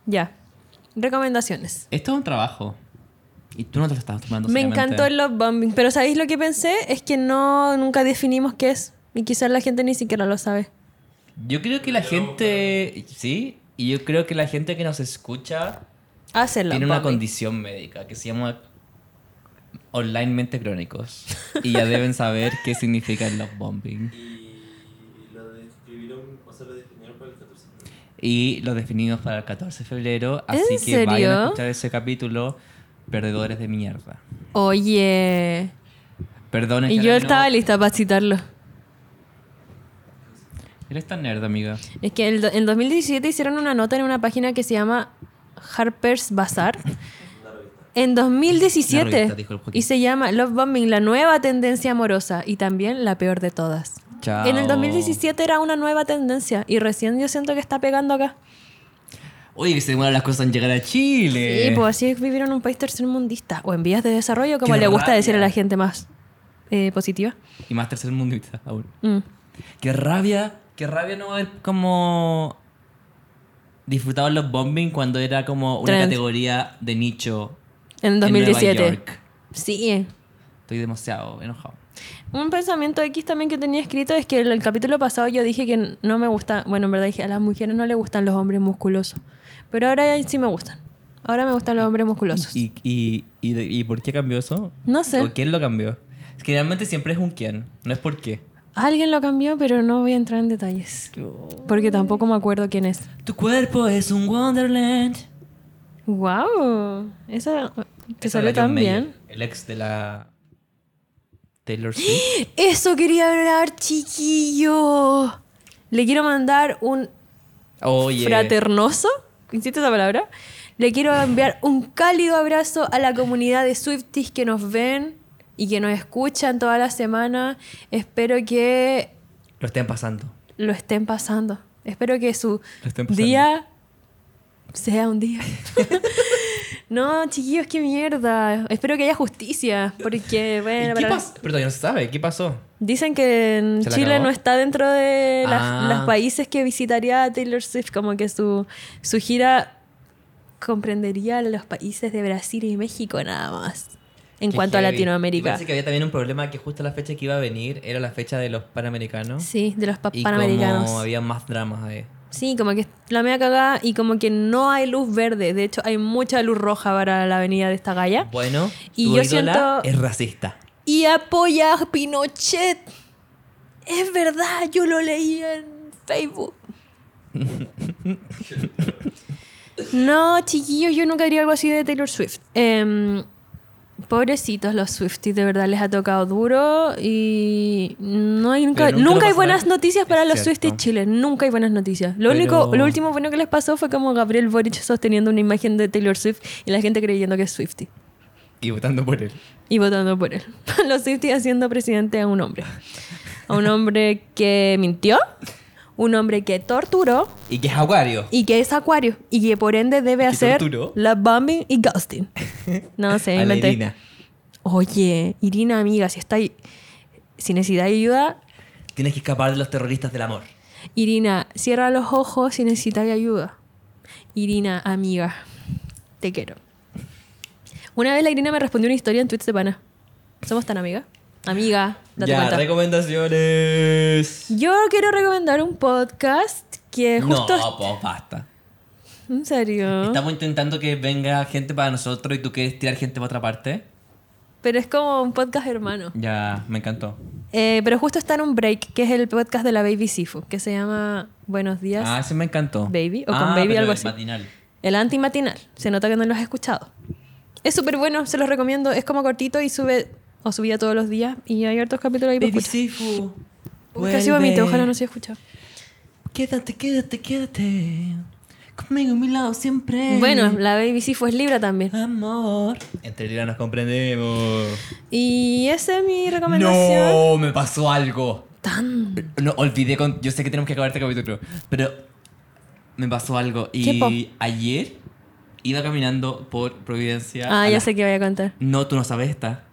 Speaker 1: Ya. Recomendaciones.
Speaker 2: Esto es un trabajo. Y tú no te lo estabas tomando
Speaker 1: Me
Speaker 2: seriamente.
Speaker 1: encantó el love bombing, pero ¿sabéis lo que pensé? Es que no nunca definimos qué es y quizás la gente ni siquiera lo sabe.
Speaker 2: Yo creo que la gente... Sí. Y yo creo que la gente que nos escucha
Speaker 1: Hace love
Speaker 2: tiene una
Speaker 1: bombing.
Speaker 2: condición médica que se llama onlinemente crónicos. Y ya deben saber qué significa el love bombing.
Speaker 4: Y lo describieron, o sea, lo definieron para el 14.
Speaker 2: y los definimos para el 14 de febrero.
Speaker 1: ¿En
Speaker 2: Así que vayan
Speaker 1: serio?
Speaker 2: a escuchar ese capítulo, Perdedores de Mierda.
Speaker 1: Oye.
Speaker 2: Perdonen.
Speaker 1: Y
Speaker 2: que
Speaker 1: yo
Speaker 2: no-
Speaker 1: estaba lista para citarlo.
Speaker 2: Eres tan nerd, amiga.
Speaker 1: Es que el do- en 2017 hicieron una nota en una página que se llama Harper's Bazaar. En
Speaker 2: Una revista,
Speaker 1: 2017.
Speaker 2: dijo el Joaquín.
Speaker 1: Y se llama Love Bombing, la nueva tendencia amorosa y también la peor de todas.
Speaker 2: Chao.
Speaker 1: En el 2017 era una nueva tendencia y recién yo siento que está pegando acá.
Speaker 2: Oye, que se demoran las cosas en llegar a Chile.
Speaker 1: Sí, pues así es vivir en un país tercermundista o en vías de desarrollo, como
Speaker 2: Qué
Speaker 1: le gusta
Speaker 2: rabia.
Speaker 1: decir a la gente más eh, positiva.
Speaker 2: Y más tercer mundista aún.
Speaker 1: Mm.
Speaker 2: Qué rabia. Qué rabia no haber como disfrutado los bombing cuando era como una
Speaker 1: Trend.
Speaker 2: categoría de nicho.
Speaker 1: En
Speaker 2: en Nueva
Speaker 1: 2017.
Speaker 2: York.
Speaker 1: sí.
Speaker 2: Estoy demasiado enojado.
Speaker 1: Un pensamiento X también que tenía escrito es que el, el capítulo pasado yo dije que no me gusta, bueno, en verdad dije a las mujeres no le gustan los hombres musculosos, pero ahora sí me gustan. Ahora me gustan los hombres musculosos.
Speaker 2: ¿Y, y, y, de- y por qué cambió eso?
Speaker 1: No sé.
Speaker 2: ¿O quién lo cambió? Es que realmente siempre es un quién, no es por qué.
Speaker 1: Alguien lo cambió, pero no voy a entrar en detalles, porque tampoco me acuerdo quién es.
Speaker 2: Tu cuerpo es un Wonderland.
Speaker 1: Wow, esa te
Speaker 2: Esa
Speaker 1: salió
Speaker 2: era John
Speaker 1: tan bien.
Speaker 2: Mayer, El ex de la Taylor Swift.
Speaker 1: Eso quería hablar, chiquillo. Le quiero mandar un
Speaker 2: Oye.
Speaker 1: fraternoso. ¿Hiciste esa palabra? Le quiero enviar un cálido abrazo a la comunidad de Swifties que nos ven y que nos escuchan toda la semana. Espero que
Speaker 2: Lo estén pasando.
Speaker 1: lo estén pasando. Espero que su
Speaker 2: Lo estén pasando.
Speaker 1: día sea un día. no, chiquillos, qué mierda. Espero que haya justicia. Porque,
Speaker 2: ¿Y
Speaker 1: bueno,
Speaker 2: qué
Speaker 1: para-
Speaker 2: pasó? Pero todavía no se sabe. ¿Qué pasó?
Speaker 1: Dicen que en
Speaker 2: ¿Se la
Speaker 1: Chile
Speaker 2: acabó?
Speaker 1: no está dentro de las-
Speaker 2: Ah.
Speaker 1: los países que visitaría Taylor Swift, como que su, su gira comprendería los países de Brasil y México nada más, en
Speaker 2: Qué
Speaker 1: cuanto a
Speaker 2: heavy. Y
Speaker 1: Latinoamérica.
Speaker 2: parece que había también un problema que justo la fecha que iba a venir era la fecha de los Panamericanos.
Speaker 1: Sí, de los pa-
Speaker 2: y
Speaker 1: panamericanos.
Speaker 2: como había más dramas ahí.
Speaker 1: Sí, como que la media cagada y como que no hay luz verde. De hecho, hay mucha luz roja para la avenida de esta galla.
Speaker 2: Bueno,
Speaker 1: Y
Speaker 2: tu
Speaker 1: yo
Speaker 2: ídola
Speaker 1: siento-
Speaker 2: es racista.
Speaker 1: Y apoya a Pinochet. Es verdad, yo lo leí en Facebook. No, chiquillos, yo nunca diría algo así de Taylor Swift. Em, pobrecitos los Swifties, de verdad les ha tocado duro y no hay nunca,
Speaker 2: Pero
Speaker 1: nunca,
Speaker 2: nunca lo
Speaker 1: hay
Speaker 2: pasará.
Speaker 1: buenas noticias para
Speaker 2: Es
Speaker 1: los
Speaker 2: cierto.
Speaker 1: Swifties Chile, nunca hay buenas noticias. Lo
Speaker 2: Pero-
Speaker 1: único, lo último bueno que les pasó fue como Gabriel Boric sosteniendo una imagen de Taylor Swift y la gente creyendo que es Swiftie
Speaker 2: Y votando por él.
Speaker 1: y votando por él. Los Swifties haciendo presidente a un hombre. A un hombre que mintió, un hombre que torturó
Speaker 2: Y que es Acuario.
Speaker 1: y que es acuario y que por ende debe
Speaker 2: ¿Que
Speaker 1: hacer
Speaker 2: torturó?
Speaker 1: la bombing y ghosting. No sé,
Speaker 2: a la
Speaker 1: inventé.
Speaker 2: Irina.
Speaker 1: Oye, Irina, amiga, si está sin necesidad de ayuda,
Speaker 2: Tienes que escapar de los terroristas del amor.
Speaker 1: Irina, cierra los ojos si necesitas ayuda. Irina, amiga, te quiero. Una vez la Irina me respondió una historia en Twitch de pana. ¿Somos tan amigas? Amiga, date
Speaker 2: ya,
Speaker 1: cuenta.
Speaker 2: recomendaciones.
Speaker 1: Yo quiero recomendar un podcast que Eh, justo...
Speaker 2: No, pues basta.
Speaker 1: ¿En serio?
Speaker 2: Estamos intentando que venga gente para nosotros y tú quieres tirar gente para otra parte.
Speaker 1: Pero es como un podcast hermano.
Speaker 2: Ya, me encantó.
Speaker 1: Eh, pero justo está en un break, que es el podcast de la Baby Sifu, que se llama Buenos Días.
Speaker 2: Ah, sí me encantó.
Speaker 1: Baby, o con
Speaker 2: Ah,
Speaker 1: baby,
Speaker 2: pero
Speaker 1: algo
Speaker 2: el
Speaker 1: así.
Speaker 2: matinal.
Speaker 1: El antimatinal. Se nota que no lo has escuchado. Es súper bueno, se los recomiendo. Es como cortito y sube o subía todos los días. Y hay hartos capítulos ahí para
Speaker 2: Baby
Speaker 1: escuchar.
Speaker 2: Sifu.
Speaker 1: Uy, Casi vomito, ojalá no se haya escuchado.
Speaker 2: Quédate, quédate, quédate.
Speaker 3: Conmigo, a mi lado siempre.
Speaker 1: Bueno, la Baby sí fue Libra también.
Speaker 3: Amor.
Speaker 2: Entre Lira nos comprendemos.
Speaker 1: Y esa es mi recomendación.
Speaker 2: No, me pasó algo.
Speaker 1: Tan.
Speaker 2: No, olvidé con... Yo sé que tenemos que acabar este capítulo, pero me pasó algo.
Speaker 1: ¿Qué po?
Speaker 2: Y ayer iba caminando por Providencia.
Speaker 1: Ah,
Speaker 2: a
Speaker 1: ya
Speaker 2: la-
Speaker 1: sé que voy a contar.
Speaker 2: No, tú no sabes esta.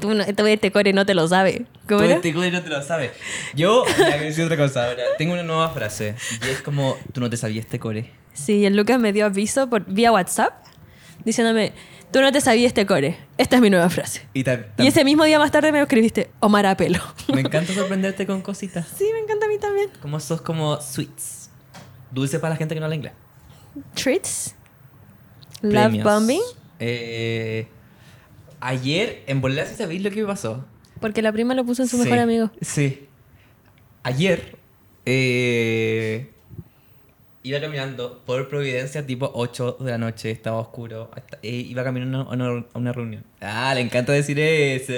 Speaker 1: Tú no, este core no te lo sabe. ¿Cómo
Speaker 2: Todo
Speaker 1: era?
Speaker 2: este güey no te lo sabe. Yo le voy a decir otra cosa ahora. Tengo una nueva frase. Y es como, tú no te sabías este core.
Speaker 1: Sí, el Lucas me dio aviso por, vía WhatsApp diciéndome, tú no te sabías este core. Esta es mi nueva frase.
Speaker 2: Y, ta- ta-
Speaker 1: Y ese mismo día más tarde me lo escribiste, Omar Apelo.
Speaker 2: me encanta sorprenderte con cositas.
Speaker 1: sí, me encanta a mí también.
Speaker 2: Como sos como sweets. Dulce para la gente que no habla inglés.
Speaker 1: Treats. Love
Speaker 2: Premios.
Speaker 1: bombing.
Speaker 2: Eh, ayer, en Bolivia, ¿sabéis lo que me pasó?
Speaker 1: Porque la prima lo puso en su mejor
Speaker 2: Sí,
Speaker 1: amigo.
Speaker 2: Sí. Ayer eh, iba caminando por Providencia tipo 8 de la noche, estaba oscuro. hasta- eh, iba caminando a una, a una reunión. Ah, le encanta decir eso.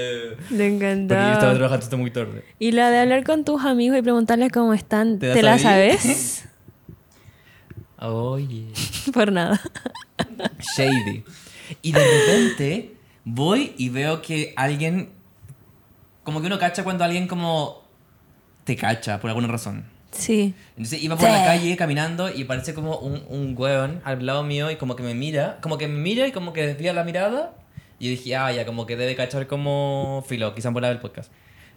Speaker 1: Me
Speaker 2: Porque yo estaba
Speaker 1: encantó.
Speaker 2: trabajando hasta muy tarde.
Speaker 1: Y la de hablar con tus amigos y preguntarles cómo están,
Speaker 2: ¿Te la
Speaker 1: ¿te la
Speaker 2: sabías?
Speaker 1: sabes?
Speaker 2: Oye.
Speaker 1: Por nada.
Speaker 2: Shady. Y de repente voy y veo que alguien. Como que uno cacha cuando alguien como. te cacha por alguna razón.
Speaker 1: Sí.
Speaker 2: Entonces iba por
Speaker 1: Sí.
Speaker 2: la calle caminando y parece como un, un weón al lado mío y como que me mira, como que me mira y como que desvía la mirada. Y dije, ah, ya, como que debe cachar como filo, quizá por la del podcast.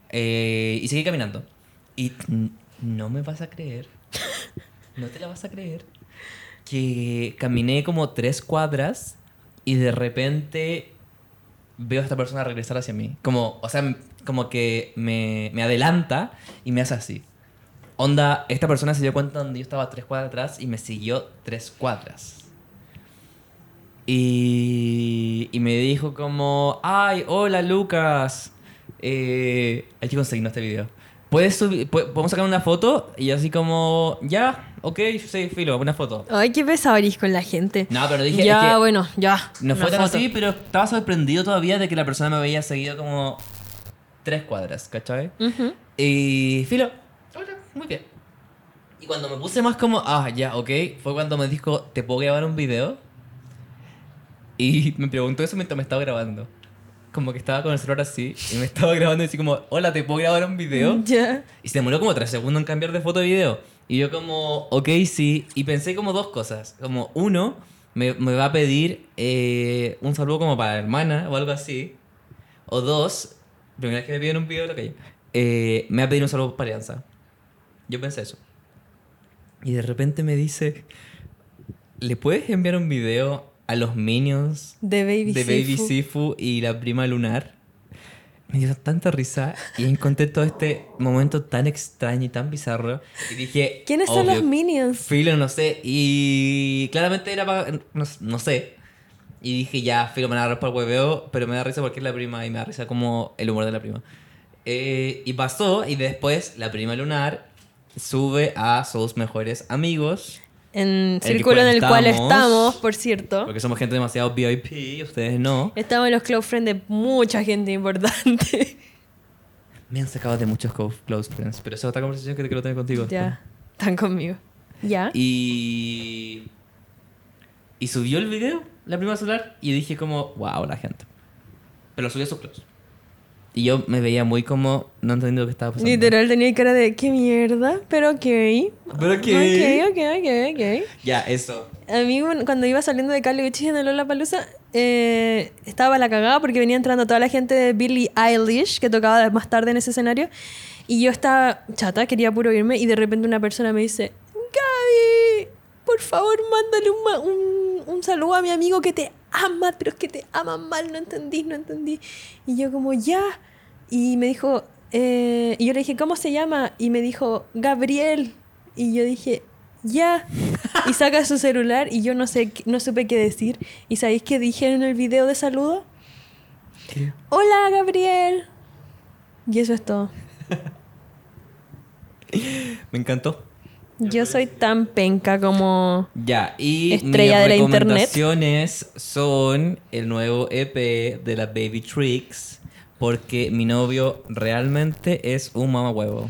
Speaker 2: Eh, y seguí caminando. Y n- no me vas a creer, no te la vas a creer, que caminé como tres cuadras y de repente veo a esta persona regresar hacia mí. Como, o sea, m- como que me, me adelanta y me hace así. Onda, esta persona se dio cuenta donde yo estaba tres cuadras atrás y me siguió tres cuadras. Y, y me dijo como, ay, hola Lucas. Eh, hay que conseguirnos este video. ¿Puedes subir, pu- ¿Podemos sacar una foto? Y yo así como, ya, ok, sí, filo, una foto.
Speaker 1: Ay, qué pesadorís con la gente.
Speaker 2: No, pero dije,
Speaker 1: ya,
Speaker 2: es que-
Speaker 1: bueno, ya.
Speaker 2: No fue
Speaker 1: Una
Speaker 2: tan
Speaker 1: foto.
Speaker 2: así, pero estaba sorprendido todavía de que la persona me había seguido como tres cuadras, ¿cachai?
Speaker 1: Ujú.
Speaker 2: Y filo, hola, muy bien. Y cuando me puse más como, ah, ya, ok, fue cuando me dijo, ¿te puedo grabar un video? Y me preguntó eso mientras me estaba grabando. Como que estaba con el celular así, y me estaba grabando y así como, hola, ¿te puedo grabar un video?
Speaker 1: Ya.
Speaker 2: Y se demoró como tres segundos en cambiar de foto a video. Y yo como, ok, sí. Y pensé como dos cosas. Como, uno, me, me va a pedir eh, un saludo como para la hermana o algo así. O dos, primera vez que me piden un video de la calle, eh, me va a pedir un saludo para Alianza. Yo pensé eso. Y de repente me dice, ¿le puedes enviar un video a los Minions
Speaker 1: De Baby
Speaker 2: de Baby
Speaker 1: Sifu.
Speaker 2: Sifu y la prima lunar. Me dio tanta risa y encontré todo este momento tan extraño y tan bizarro. Y dije,
Speaker 1: ¿Quiénes son los
Speaker 2: obvio,
Speaker 1: Minions?
Speaker 2: Filo, no sé. Y claramente era para. No, no sé. Y dije, ya, Filo, me van a agarrar para el hueveo, pero me da risa porque es la prima y me da risa como el humor de la prima. Eh, y pasó, y después la prima lunar sube a sus mejores amigos.
Speaker 1: En
Speaker 2: El
Speaker 1: círculo en el cual
Speaker 2: estamos-
Speaker 1: estamos, por cierto.
Speaker 2: Porque somos gente demasiado VIP, y ustedes no.
Speaker 1: Estamos en los close friends de mucha gente importante.
Speaker 2: Me han sacado de muchos co- close friends, pero eso es otra conversación que quiero tener contigo.
Speaker 1: ya. Están conmigo. Ya.
Speaker 2: Y. Y subió el video, la prima solar, y dije como, wow, la gente. Pero lo subió a sus close. Y yo me veía muy como, no entendiendo lo que estaba pasando.
Speaker 1: Literal tenía cara de qué mierda, pero ok.
Speaker 2: Pero
Speaker 1: Ok,
Speaker 2: qué.
Speaker 1: ok, ok, ok.
Speaker 2: Ya, eso.
Speaker 1: A mí un- cuando iba saliendo de Cali Uchis en el Lola Palusa, estaba la cagada porque venía entrando toda la gente de Billie Eilish, que tocaba más tarde en ese escenario. Y yo estaba chata, quería puro irme, y de repente una persona me dice: Gaby, por favor, mándale un, ma- un, un saludo a mi amigo que te ama, pero es que te ama mal, no entendí, no entendí. Y yo, como, ya. Y me dijo: eh, Y yo le dije, ¿cómo se llama? Y me dijo, Gabriel. Y yo dije, ya. Y saca su celular y yo no sé, qué- no supe qué decir. ¿Y sabéis qué dije en el video de saludo? Hola, Gabriel. Y eso es todo.
Speaker 2: Me encantó.
Speaker 1: Yo soy tan penca como...
Speaker 2: Ya, y
Speaker 1: Estrella
Speaker 2: mis
Speaker 1: de la internet.
Speaker 2: recomendaciones son el nuevo EP de la Baby Tricks, porque mi novio realmente es un mama huevo.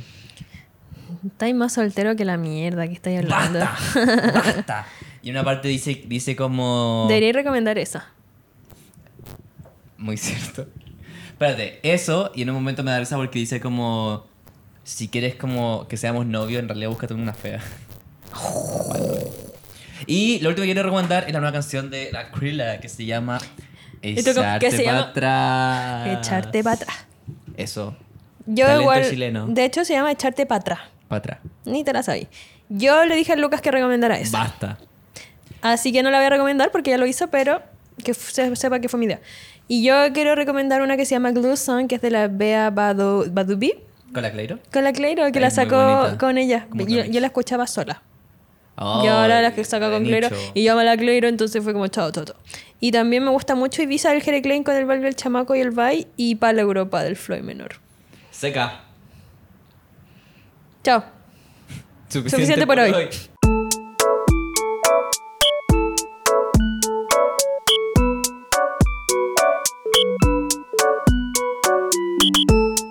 Speaker 1: Estáis más soltero que la mierda que estáis hablando.
Speaker 2: ¡Basta! ¡Basta! Y una parte dice, dice como...
Speaker 1: Debería recomendar esa.
Speaker 2: Muy cierto. Espérate, eso, y en un momento me da risa porque dice como... Si quieres como que seamos novios, en realidad búscate una fea. y lo último que quiero recomendar es la nueva canción de Akrila que se llama...
Speaker 1: Y tú como, ¿qué
Speaker 2: Echarte
Speaker 1: se
Speaker 2: para
Speaker 1: llama?
Speaker 2: atrás.
Speaker 1: Echarte para atrás.
Speaker 2: Eso,
Speaker 1: Yo
Speaker 2: Ah, Talento
Speaker 1: igual.
Speaker 2: chileno.
Speaker 1: De hecho, se llama Echarte para atrás.
Speaker 2: para atrás.
Speaker 1: Ni te la sabí. Yo le dije a Lucas que recomendara esa.
Speaker 2: Basta.
Speaker 1: Así que no la voy a recomendar porque ya lo hizo, pero que f- se sepa que fue mi idea. Y yo quiero recomendar una que se llama Glue Song, que es de la Bea Badu- Badubi,
Speaker 2: ¿Con la Clairo?
Speaker 1: con la Cleiro, que
Speaker 2: Ay,
Speaker 1: la
Speaker 2: muy
Speaker 1: sacó
Speaker 2: bonita.
Speaker 1: con ella.
Speaker 2: Como
Speaker 1: Yo,
Speaker 2: remix.
Speaker 1: yo la escuchaba sola.
Speaker 2: Oh,
Speaker 1: y ahora la que saca
Speaker 2: de
Speaker 1: con Cleiro.
Speaker 2: nicho.
Speaker 1: Y yo amo a la Cleiro, entonces fue como chao, chao, chao. Y también me gusta mucho Ibiza del Jere Klein con el Valve, el Chamaco y el Vai y Pala Europa del Floyd Menor.
Speaker 3: Seca.
Speaker 1: Chao. Suficiente por hoy.